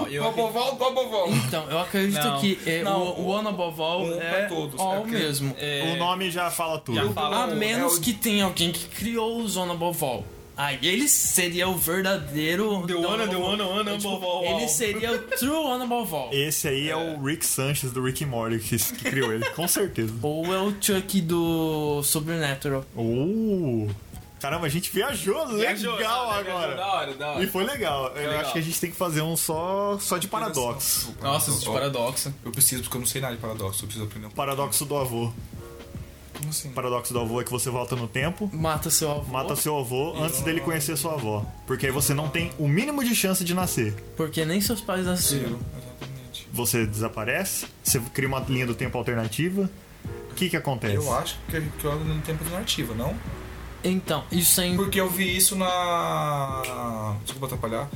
não. Eu Aboval do Aboval. Então, eu acredito Não. que é, Não, o, o On Above All um pra é todos, é All porque- mesmo. é, O nome já fala tudo. já fala. A menos é o- que tenha alguém que criou o Zona Bovol. Aí ele seria o verdadeiro. The Zona one, the Bovol. one, one, É, tipo, Above All. Ele seria o True One Bovol. Esse aí é. o Rick Sanchez do Rick and Morty que, que criou ele, com certeza. Ou é o Chuck do Supernatural. Uh, caramba, a gente viajou Viajou, legal né? Viajou, agora. Da hora, da E hora. foi legal. Eu legal. assim. acho que a gente tem que fazer um só, só de paradoxo. Nossa, isso de paradoxo. Eu preciso, porque eu não sei nada de paradoxo. Eu preciso aprender um pouco. Paradoxo do avô. Como assim? O paradoxo do avô é que você volta no tempo, Mata seu avô. mata seu avô antes dele conhecer sua avó. Porque aí você não tem o mínimo de chance de nascer. Porque nem seus pais nasceram. Exatamente. Você desaparece, você cria uma linha do tempo alternativa. O que que acontece? Eu acho que, que eu ando no tempo alternativa, não? Então, isso é. Im... Porque eu vi isso na. Desculpa atrapalhar.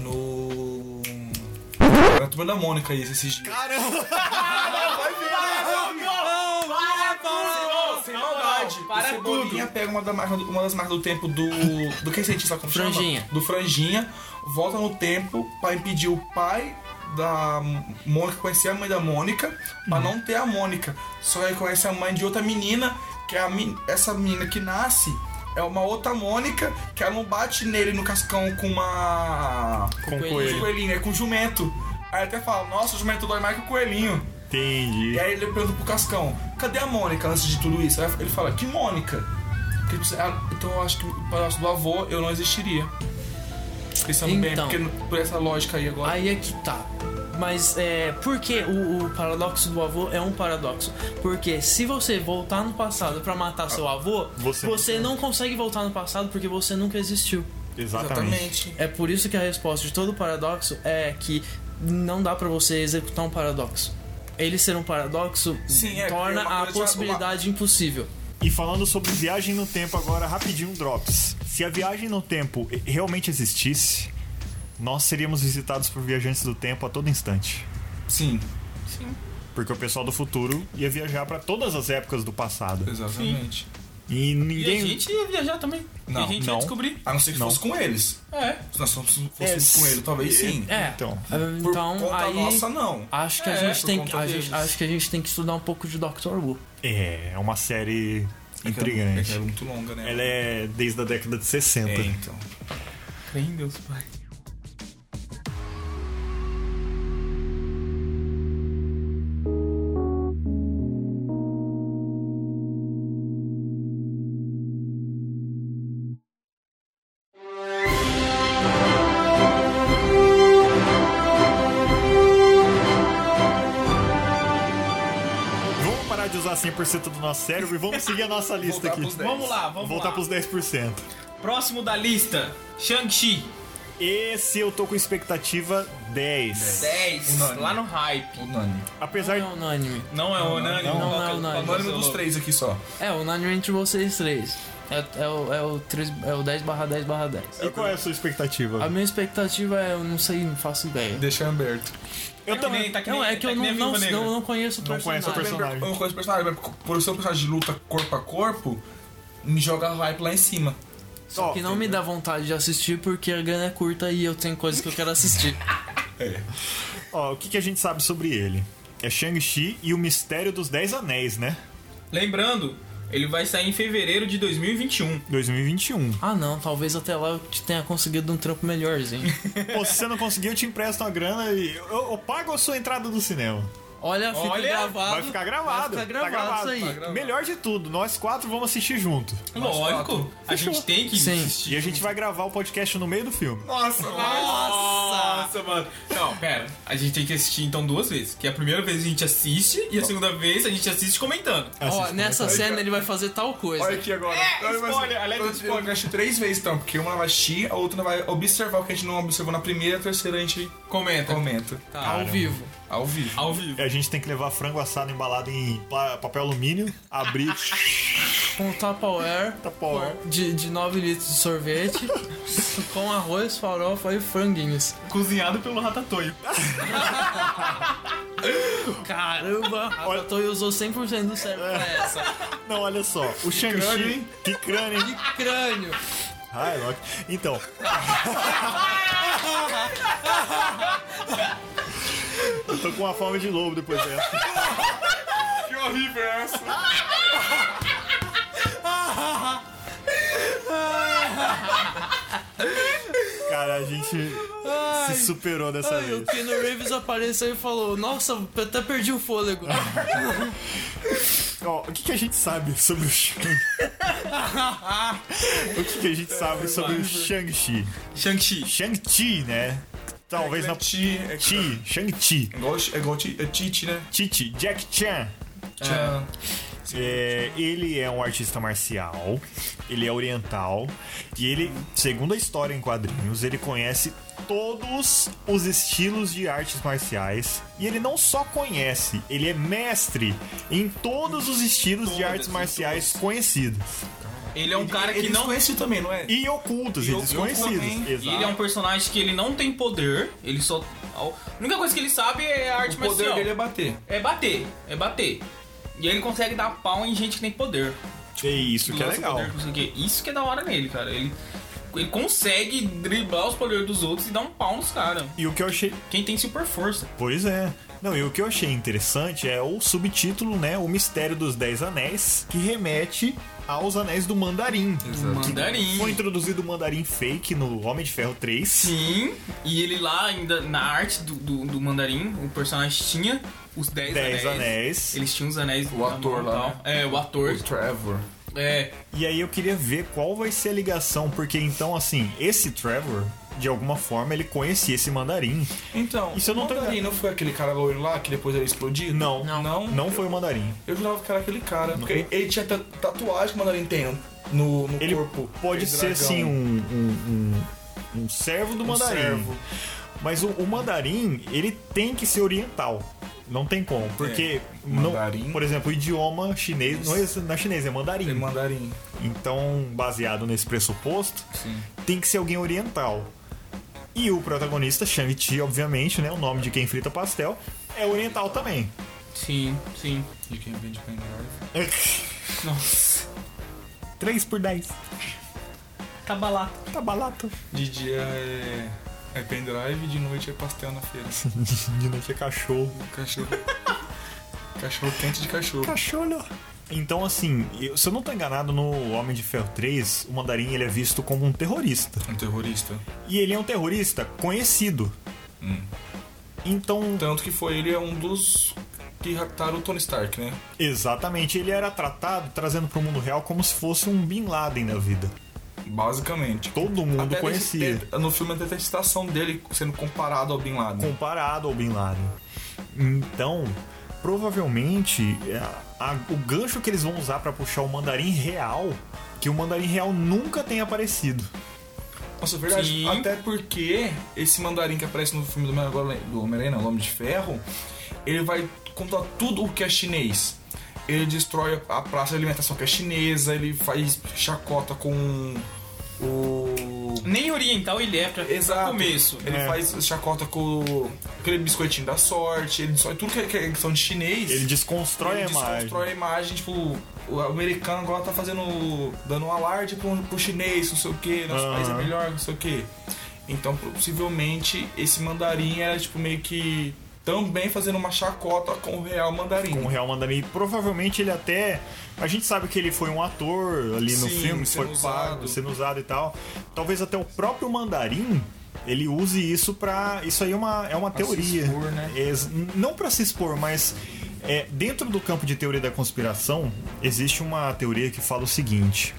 No. Na turma da Mônica aí, esses dias. Caramba! Sem maldade. para o Cebolinha pega uma, da marca do- uma das marcas do tempo do. Do que é cientista como chama? Franjinha. Do Franjinha. Volta no tempo pra impedir o pai da Mônica conhecer a mãe da Mônica. Pra não ter a Mônica. Só que ele conhece a mãe de outra menina. Que é a men- essa menina que nasce. É uma outra Mônica que ela não bate nele no cascão com uma. Com coelho. Com coelho. coelhinho, é com jumento. Aí até fala, nossa, o jumento dói mais que o coelhinho. Entendi. E aí ele pergunta pro Cascão, cadê a Mônica antes de tudo isso? Aí ele fala, que Mônica? Que ele precisa- ah, então eu acho que o palácio do avô eu não existiria. Pensando bem, Então. porque por essa lógica aí agora. Aí é que tá. Mas é. Por que o, o paradoxo do avô é um paradoxo? Porque se você voltar no passado pra matar seu avô, Você- você não consegue voltar no passado porque você nunca existiu. Exatamente. É por isso que a resposta de todo paradoxo é que não dá pra você executar um paradoxo. Ele ser um paradoxo Sim, é, torna porque uma a coisa- possibilidade impossível. E falando sobre viagem no tempo agora, rapidinho, Drops. Se a viagem no tempo realmente existisse, nós seríamos visitados por viajantes do tempo a todo instante. Sim, Porque o pessoal do futuro ia viajar pra todas as épocas do passado. exatamente. E E ninguém. a gente ia viajar também. Não, e a gente não. ia descobrir. A não ser que Não. fosse com eles. É. Se nós fôssemos fôssemos É, com ele, talvez sim. É. Então. Por Então conta aí nossa, não. acho que a É, gente por tem conta a gente- deles. acho que a gente tem que estudar um pouco de Dr. Who. É, é uma série É que ela- É que ela é intrigante. muito longa, né? Ela é desde a década de 60. É, então. Crê em Deus, pai. Vamos parar de usar 100% do nosso cérebro e vamos seguir a nossa lista Voltar aqui. pros 10. Vamos lá, vamos Voltar lá. pros 10%. Próximo da lista, Shang-Chi. Esse eu tô com expectativa 10. 10. Unânime. Lá no hype. Unânime. Apesar Não é unânime. Não é unânime. não, qual que é não, não. o- qual que é o Unânime dos seu três aqui só. É unânime entre vocês três. É, é o, é o 3 é o 10 barra 10 barra 10. E qual é a sua expectativa? A minha expectativa é, eu não sei, não faço ideia. Deixa aberto. Eu nome? também. Tá que Não, nem- é que tá eu nem não, não, a Viúva Negra. não, não conheço o Não conhece o personagem. personagem. Eu não conheço o personagem, mas por ser um personagem de luta corpo a corpo, me joga hype lá em cima. Ó, Que não me dá vontade de assistir porque a grana é curta e eu tenho coisas que eu quero assistir. ó, o que, que a gente sabe sobre ele? É Shang-Chi e o Mistério dos Dez Anéis, né? Lembrando, ele vai sair em fevereiro de 2021. 2021. Ah não, talvez até lá eu te tenha conseguido um trampo melhorzinho. Pô, se você não conseguir, eu te empresto uma grana e eu, eu pago a sua entrada do cinema. Olha, fica Olha, gravado. Vai ficar gravado. Ah, Vai ficar gravado, tá gravado. isso aí. Melhor de tudo, nós quatro vamos assistir junto. Lógico, a gente tem que Sim. assistir. E a gente vai gravar o podcast no meio do filme. Nossa, Nossa, mano. Não, Ah, Não, pera. A gente tem que assistir então duas vezes. Que a primeira vez a gente assiste e a segunda vez a gente assiste comentando. Ó, nessa comentário. cena ele vai fazer tal coisa. Olha aqui agora. É, Olha, mas- spoiler, alerta de eu- spoiler. Eu assisti três vezes então, porque uma vai assistir, a outra vai observar o que a gente não observou na primeira, a terceira a gente Comenta. comenta. Tá, ao vivo. Ao vivo. Ao vivo. A gente tem que levar frango assado embalado em pa- papel alumínio, abrir Com Tupperware Tupperware. de, de 9 litros de sorvete, com arroz, farofa e franguinhos. Cozinhado pelo Ratatouille. Caramba! Olha- A Toy usou 100% do cérebro pra essa. Não, olha só. O crânio, Shang-Chi. hein? Que crânio, hein? Crânio! Ai, Loki. Então. Eu tô com uma fome de lobo depois né? dessa. Que horrível é essa? Cara, a gente se superou dessa Ai, o vez. Keanu Reeves apareceu e falou: Nossa, eu até perdi o fôlego. Ó, o que, que a gente sabe sobre o Shang? o que, que a gente sabe sobre o Shang-Chi? Shang-Chi. Shang-Chi, né? Talvez na. Ti, é Chi, Shang-Chi, igual, é igual ti, é Titi, né? Titi, Jack Chan. Tchan. É, ele é um artista marcial, ele é oriental e ele, segundo a história em quadrinhos, ele conhece todos os estilos de artes marciais e ele não só conhece, ele é mestre em todos os estilos de Todas, artes em marciais conhecidos Ele é um cara que Ele não. conhece também, não é? e ocultos e, E oculto desconhecidos. também. E ele é um personagem que ele não tem poder, ele só. A única coisa que ele sabe é a arte o poder marcial. dele é bater. é... bater, é bater. E ele consegue dar pau em gente que tem poder. É isso que é Lança legal. poder, não sei o quê. Isso que é da hora nele, cara. Ele, ele consegue driblar os poderes dos outros e dar um pau nos caras. E o que eu achei Quem tem super força. Pois é. Não, e o que eu achei interessante é o subtítulo, né? O Mistério dos Dez Anéis, que remete aos Anéis do Mandarim. Exato. Mandarim. Foi introduzido o Mandarim Fake no Homem de Ferro 3. Sim, e ele lá ainda na arte do, do, do mandarim, o personagem tinha os 10 Dez anéis. anéis. Eles tinham os anéis. O na ator mão e lá, né? tal. É, o ator. O Trevor. É, E aí eu queria ver qual vai ser a ligação, porque então, assim, esse Trevor, de alguma forma, ele conhecia esse Mandarim. Então, Isso eu não tô Mandarim ligado. não foi aquele cara loiro lá que depois ele explodiu? Não. Não. Não, Não foi o Mandarim. Eu jurava que era aquele cara. Porque ele tinha ta- tatuagem que o Mandarim tem no, no Ele corpo. pode Aquele ser, dragão. assim, um, um, um, um servo do Mandarim. servo. Mas o, o mandarim, ele tem que ser oriental. Não tem como, porque não- É. Mandarim. por exemplo, o idioma chinês não é, não é chinês, é mandarim. Ele Mandarim. Então, baseado nesse pressuposto, tem que ser alguém oriental. E o protagonista, Shang-Chi, obviamente, né, o nome de quem frita pastel, é oriental também. sim, sim. De quem vende pendrive. 3 3 por 10. Tabalá. Tá balato. De dia é. É pendrive, de noite é pastel na feira. De noite é cachorro. Cachorro. cachorro quente de cachorro. Cachorro. Então, assim, eu- se eu não tô enganado, no Homem de Ferro 3, o mandarim ele é visto como um terrorista. Um terrorista. E ele é um terrorista conhecido. Hum. Então, Tanto que foi ele é um dos que raptaram o Tony Stark, né? exatamente, ele era tratado, trazendo pro mundo real, como se fosse um Bin Laden da vida. Basicamente. Todo mundo Até conhecia, nesse- No filme até tem a citação dele sendo comparado ao Bin Laden. comparado ao Bin Laden. Então, provavelmente, é, a- a- o gancho que eles vão usar pra puxar o mandarim real, que o mandarim real nunca tem aparecido. Nossa, é verdade. Sim. Até porque esse mandarim que aparece no filme do Homem- agora do Homem-Aranha, não, do Homem de Ferro, ele vai contar tudo o que é chinês. Ele destrói a praça de alimentação que é chinesa, ele faz chacota com o. Nem oriental ele é pra Exato. começo. Ele É. faz chacota com o- aquele biscoitinho da sorte, ele destrói tudo que é- que é questão de chinês. Ele desconstrói Ele a imagem. desconstrói a imagem, tipo, o americano agora tá fazendo. dando um alarde pro, pro chinês, não sei o que, nosso Aham. país é melhor, não sei o que. Então, possivelmente, esse mandarim era, tipo, meio que também fazendo uma chacota com o real mandarim. com o Real Mandarim. Provavelmente ele até. A gente sabe que ele foi um ator ali no Sim, filme, sendo foi pago, usado. sendo usado e tal. Talvez até o próprio Mandarim. Ele use isso pra. Isso aí é uma, é uma se teoria. expor, né? Ex- não pra se expor, mas é, dentro do campo de teoria da conspiração, existe uma teoria que fala o seguinte.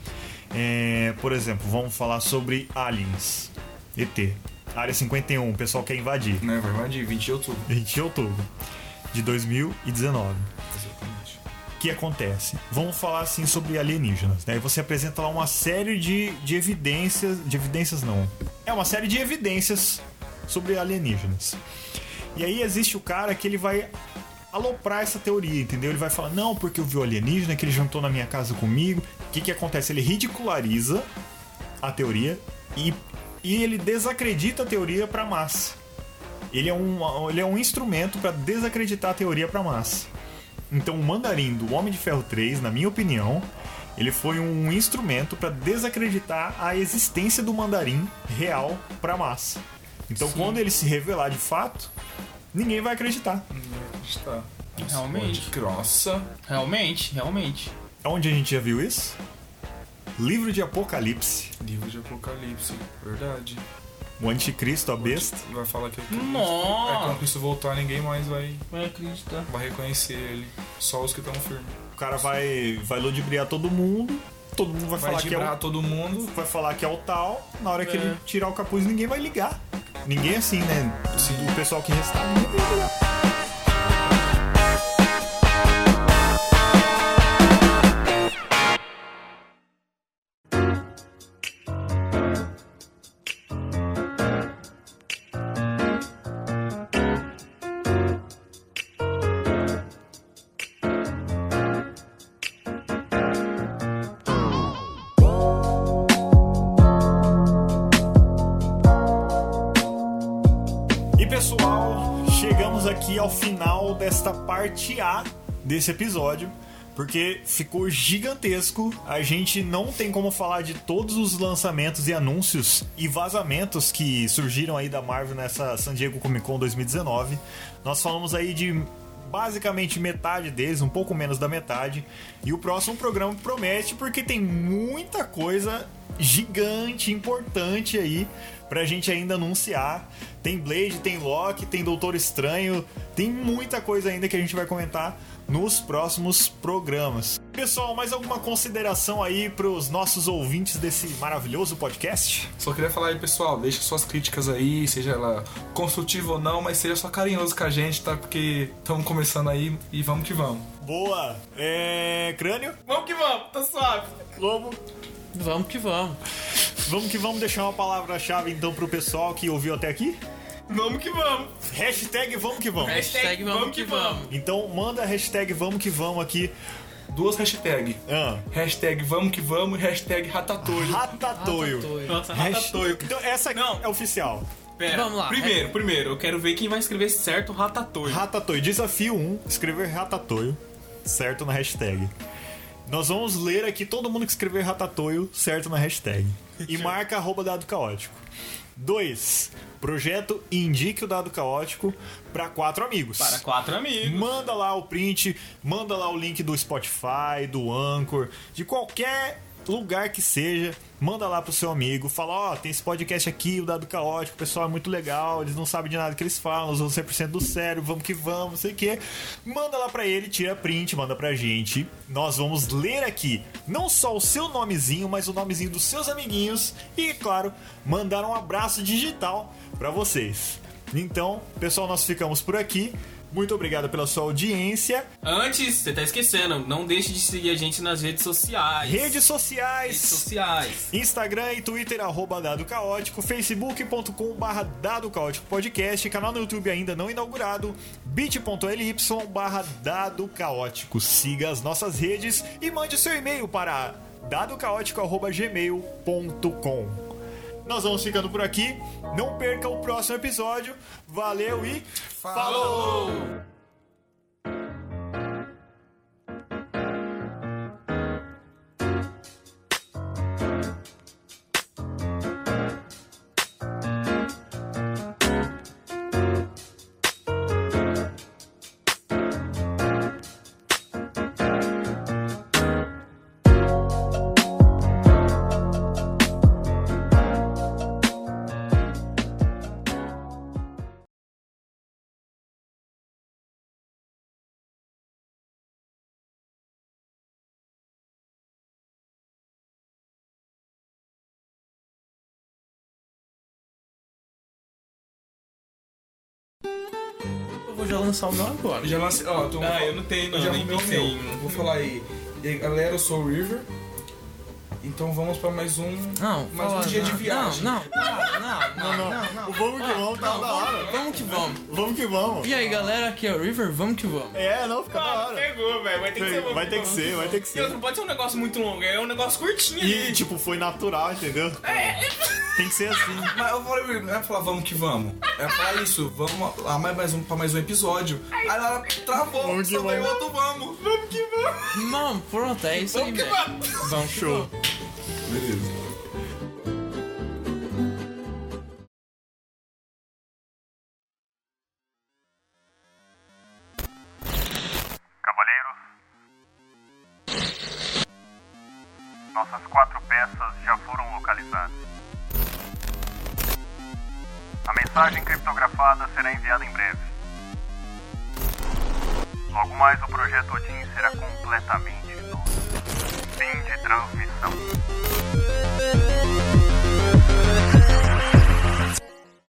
É, por exemplo, vamos falar sobre aliens. ET. Área 51, o pessoal quer invadir. Né? Vai invadir, 20 de outubro. 20 de outubro de 2019. Exatamente. O que acontece? Vamos falar assim sobre alienígenas. Daí você apresenta lá uma série de, de evidências. De evidências não. É uma série de evidências sobre alienígenas. E aí existe o cara que ele vai aloprar essa teoria, entendeu? Ele vai falar, não, porque eu vi o alienígena, que ele jantou na minha casa comigo. O que, que acontece? Ele ridiculariza a teoria e, e ele desacredita a teoria pra massa. Ele é um, ele é um instrumento pra desacreditar a teoria pra massa. Então, o Mandarim do Homem de Ferro 3, na minha opinião, ele foi um instrumento para desacreditar a existência do Mandarim real para a massa. Então, quando ele se revelar de fato, ninguém vai acreditar. Está. Realmente. Onde Crossa. Realmente, realmente. Onde a gente já viu isso? Livro de Apocalipse. Livro de Apocalipse. Verdade. O anticristo, a besta. Ele vai falar que é Cristo. É quando Nossa! Cristo voltar, ninguém mais vai, Vai acreditar. vai reconhecer ele. Só os que estão firmes. O cara vai, vai ludibriar todo mundo. Todo mundo vai, Vai falar que é vibrar o, todo mundo. vai falar que é o tal. Na hora que É. ele tirar o capuz, ninguém vai ligar. Ninguém assim, né? Sim. O pessoal que restar, ninguém vai ligar. E pessoal, chegamos aqui ao final desta parte A desse episódio, porque ficou gigantesco. A gente não tem como falar de todos os lançamentos e anúncios e vazamentos que surgiram aí da Marvel nessa San Diego Comic Con 2019. Nós falamos aí de basicamente metade deles, um pouco menos da metade. E o próximo programa promete porque tem muita coisa gigante, importante aí pra gente ainda anunciar. Tem Blade, tem Loki, tem Doutor Estranho, tem muita coisa ainda que a gente vai comentar nos próximos programas. Pessoal, mais alguma consideração aí pros nossos ouvintes desse maravilhoso podcast? Só queria falar aí, pessoal, deixa suas críticas aí, seja ela construtiva ou não, mas seja só carinhoso com a gente, tá? Porque estamos começando aí e vamos que vamos. Boa! É. Crânio? Vamos que vamos, tá suave. Lobo? Vamos que vamos. Vamos que vamos deixar uma palavra-chave então pro pessoal que ouviu até aqui? Vamos que vamos. Hashtag vamos que vamos. Hashtag vamos que vamos. Então manda a hashtag vamos que vamos aqui. Duas hashtags. Ah, Hashtag vamos que vamos e hashtag ratatouille. Ah, tá Ratatoio. Ratatouille. Nossa, Hashtag- Ratatouille. Então essa aqui Não. é oficial. Pera, Vamos lá. Primeiro, primeiro, eu quero ver quem vai escrever certo o Ratatouille. Ratatouille. Desafio 1, escrever Ratatouille, certo na hashtag. Nós vamos ler aqui todo mundo que escrever Ratatouille, certo na hashtag. E marca arroba dado caótico. 2. Projeto indique o dado caótico para quatro amigos. Para quatro amigos. Manda lá o print, manda lá o link do Spotify, do Anchor, de qualquer lugar que seja, manda lá pro seu amigo, fala, ó, tem esse podcast aqui, o Dado Caótico, o pessoal é muito legal, eles não sabem de nada que eles falam, usam 100% do sério, vamos que vamos, não sei o quê. Manda lá pra ele, tira print, manda pra gente. Nós vamos ler aqui não só o seu nomezinho, mas o nomezinho dos seus amiguinhos e, claro, mandar um abraço digital pra vocês. Então, pessoal, nós ficamos por aqui. Muito obrigado pela sua audiência. Antes, você tá esquecendo, não deixe de seguir a gente nas redes sociais. Redes Redes sociais. sociais. Instagram e Twitter, arroba Dado Caótico, facebook.com barra Dado Caótico Podcast, canal no YouTube ainda não inaugurado, bit.ly barra Dado Caótico. Siga as nossas redes e mande o seu e-mail para dadocaótico.gmail.com Nós vamos ficando por aqui, não perca o próximo episódio, valeu e falou! vou já lançar o meu agora. Eu já lancei. Ó, tô, Ah, eu não tenho, não, Eu já nem arrumei o pensei em meu. um. Vou falar aí. E aí, galera, eu sou o River. Então vamos pra mais um. Não, mais fala- um dia de viagem. Não, não, não, não, não, não. O vamos que vamos tá da hora. Vamos que vamos. Vamos que vamos. E aí, galera, aqui é o River, vamos que vamos. É, não, fica da Ah, hora. pegou, velho. Vai ter que ser uma- Vai ter que ser, vai ter que E outro, ser. não pode ser um negócio muito longo, é um negócio curtinho E, ali. tipo, foi natural, entendeu? Tem que ser assim. Mas eu falei, River, não é falar vamos que vamos. É falar isso, vamos lá mais, mais um, pra mais um episódio. Aí ela travou, Vamos que só veio vamos. outro vamos. Vamos que vamos. Não, pronto, é isso aí, Vamos que velho. vamos. Vamos que Show. vamos. Beleza. Cavaleiros, nossas quatro peças já foram localizadas. A mensagem criptografada será enviada em breve. Logo mais, o projeto Odin será completamente novo. Fim de transmissão.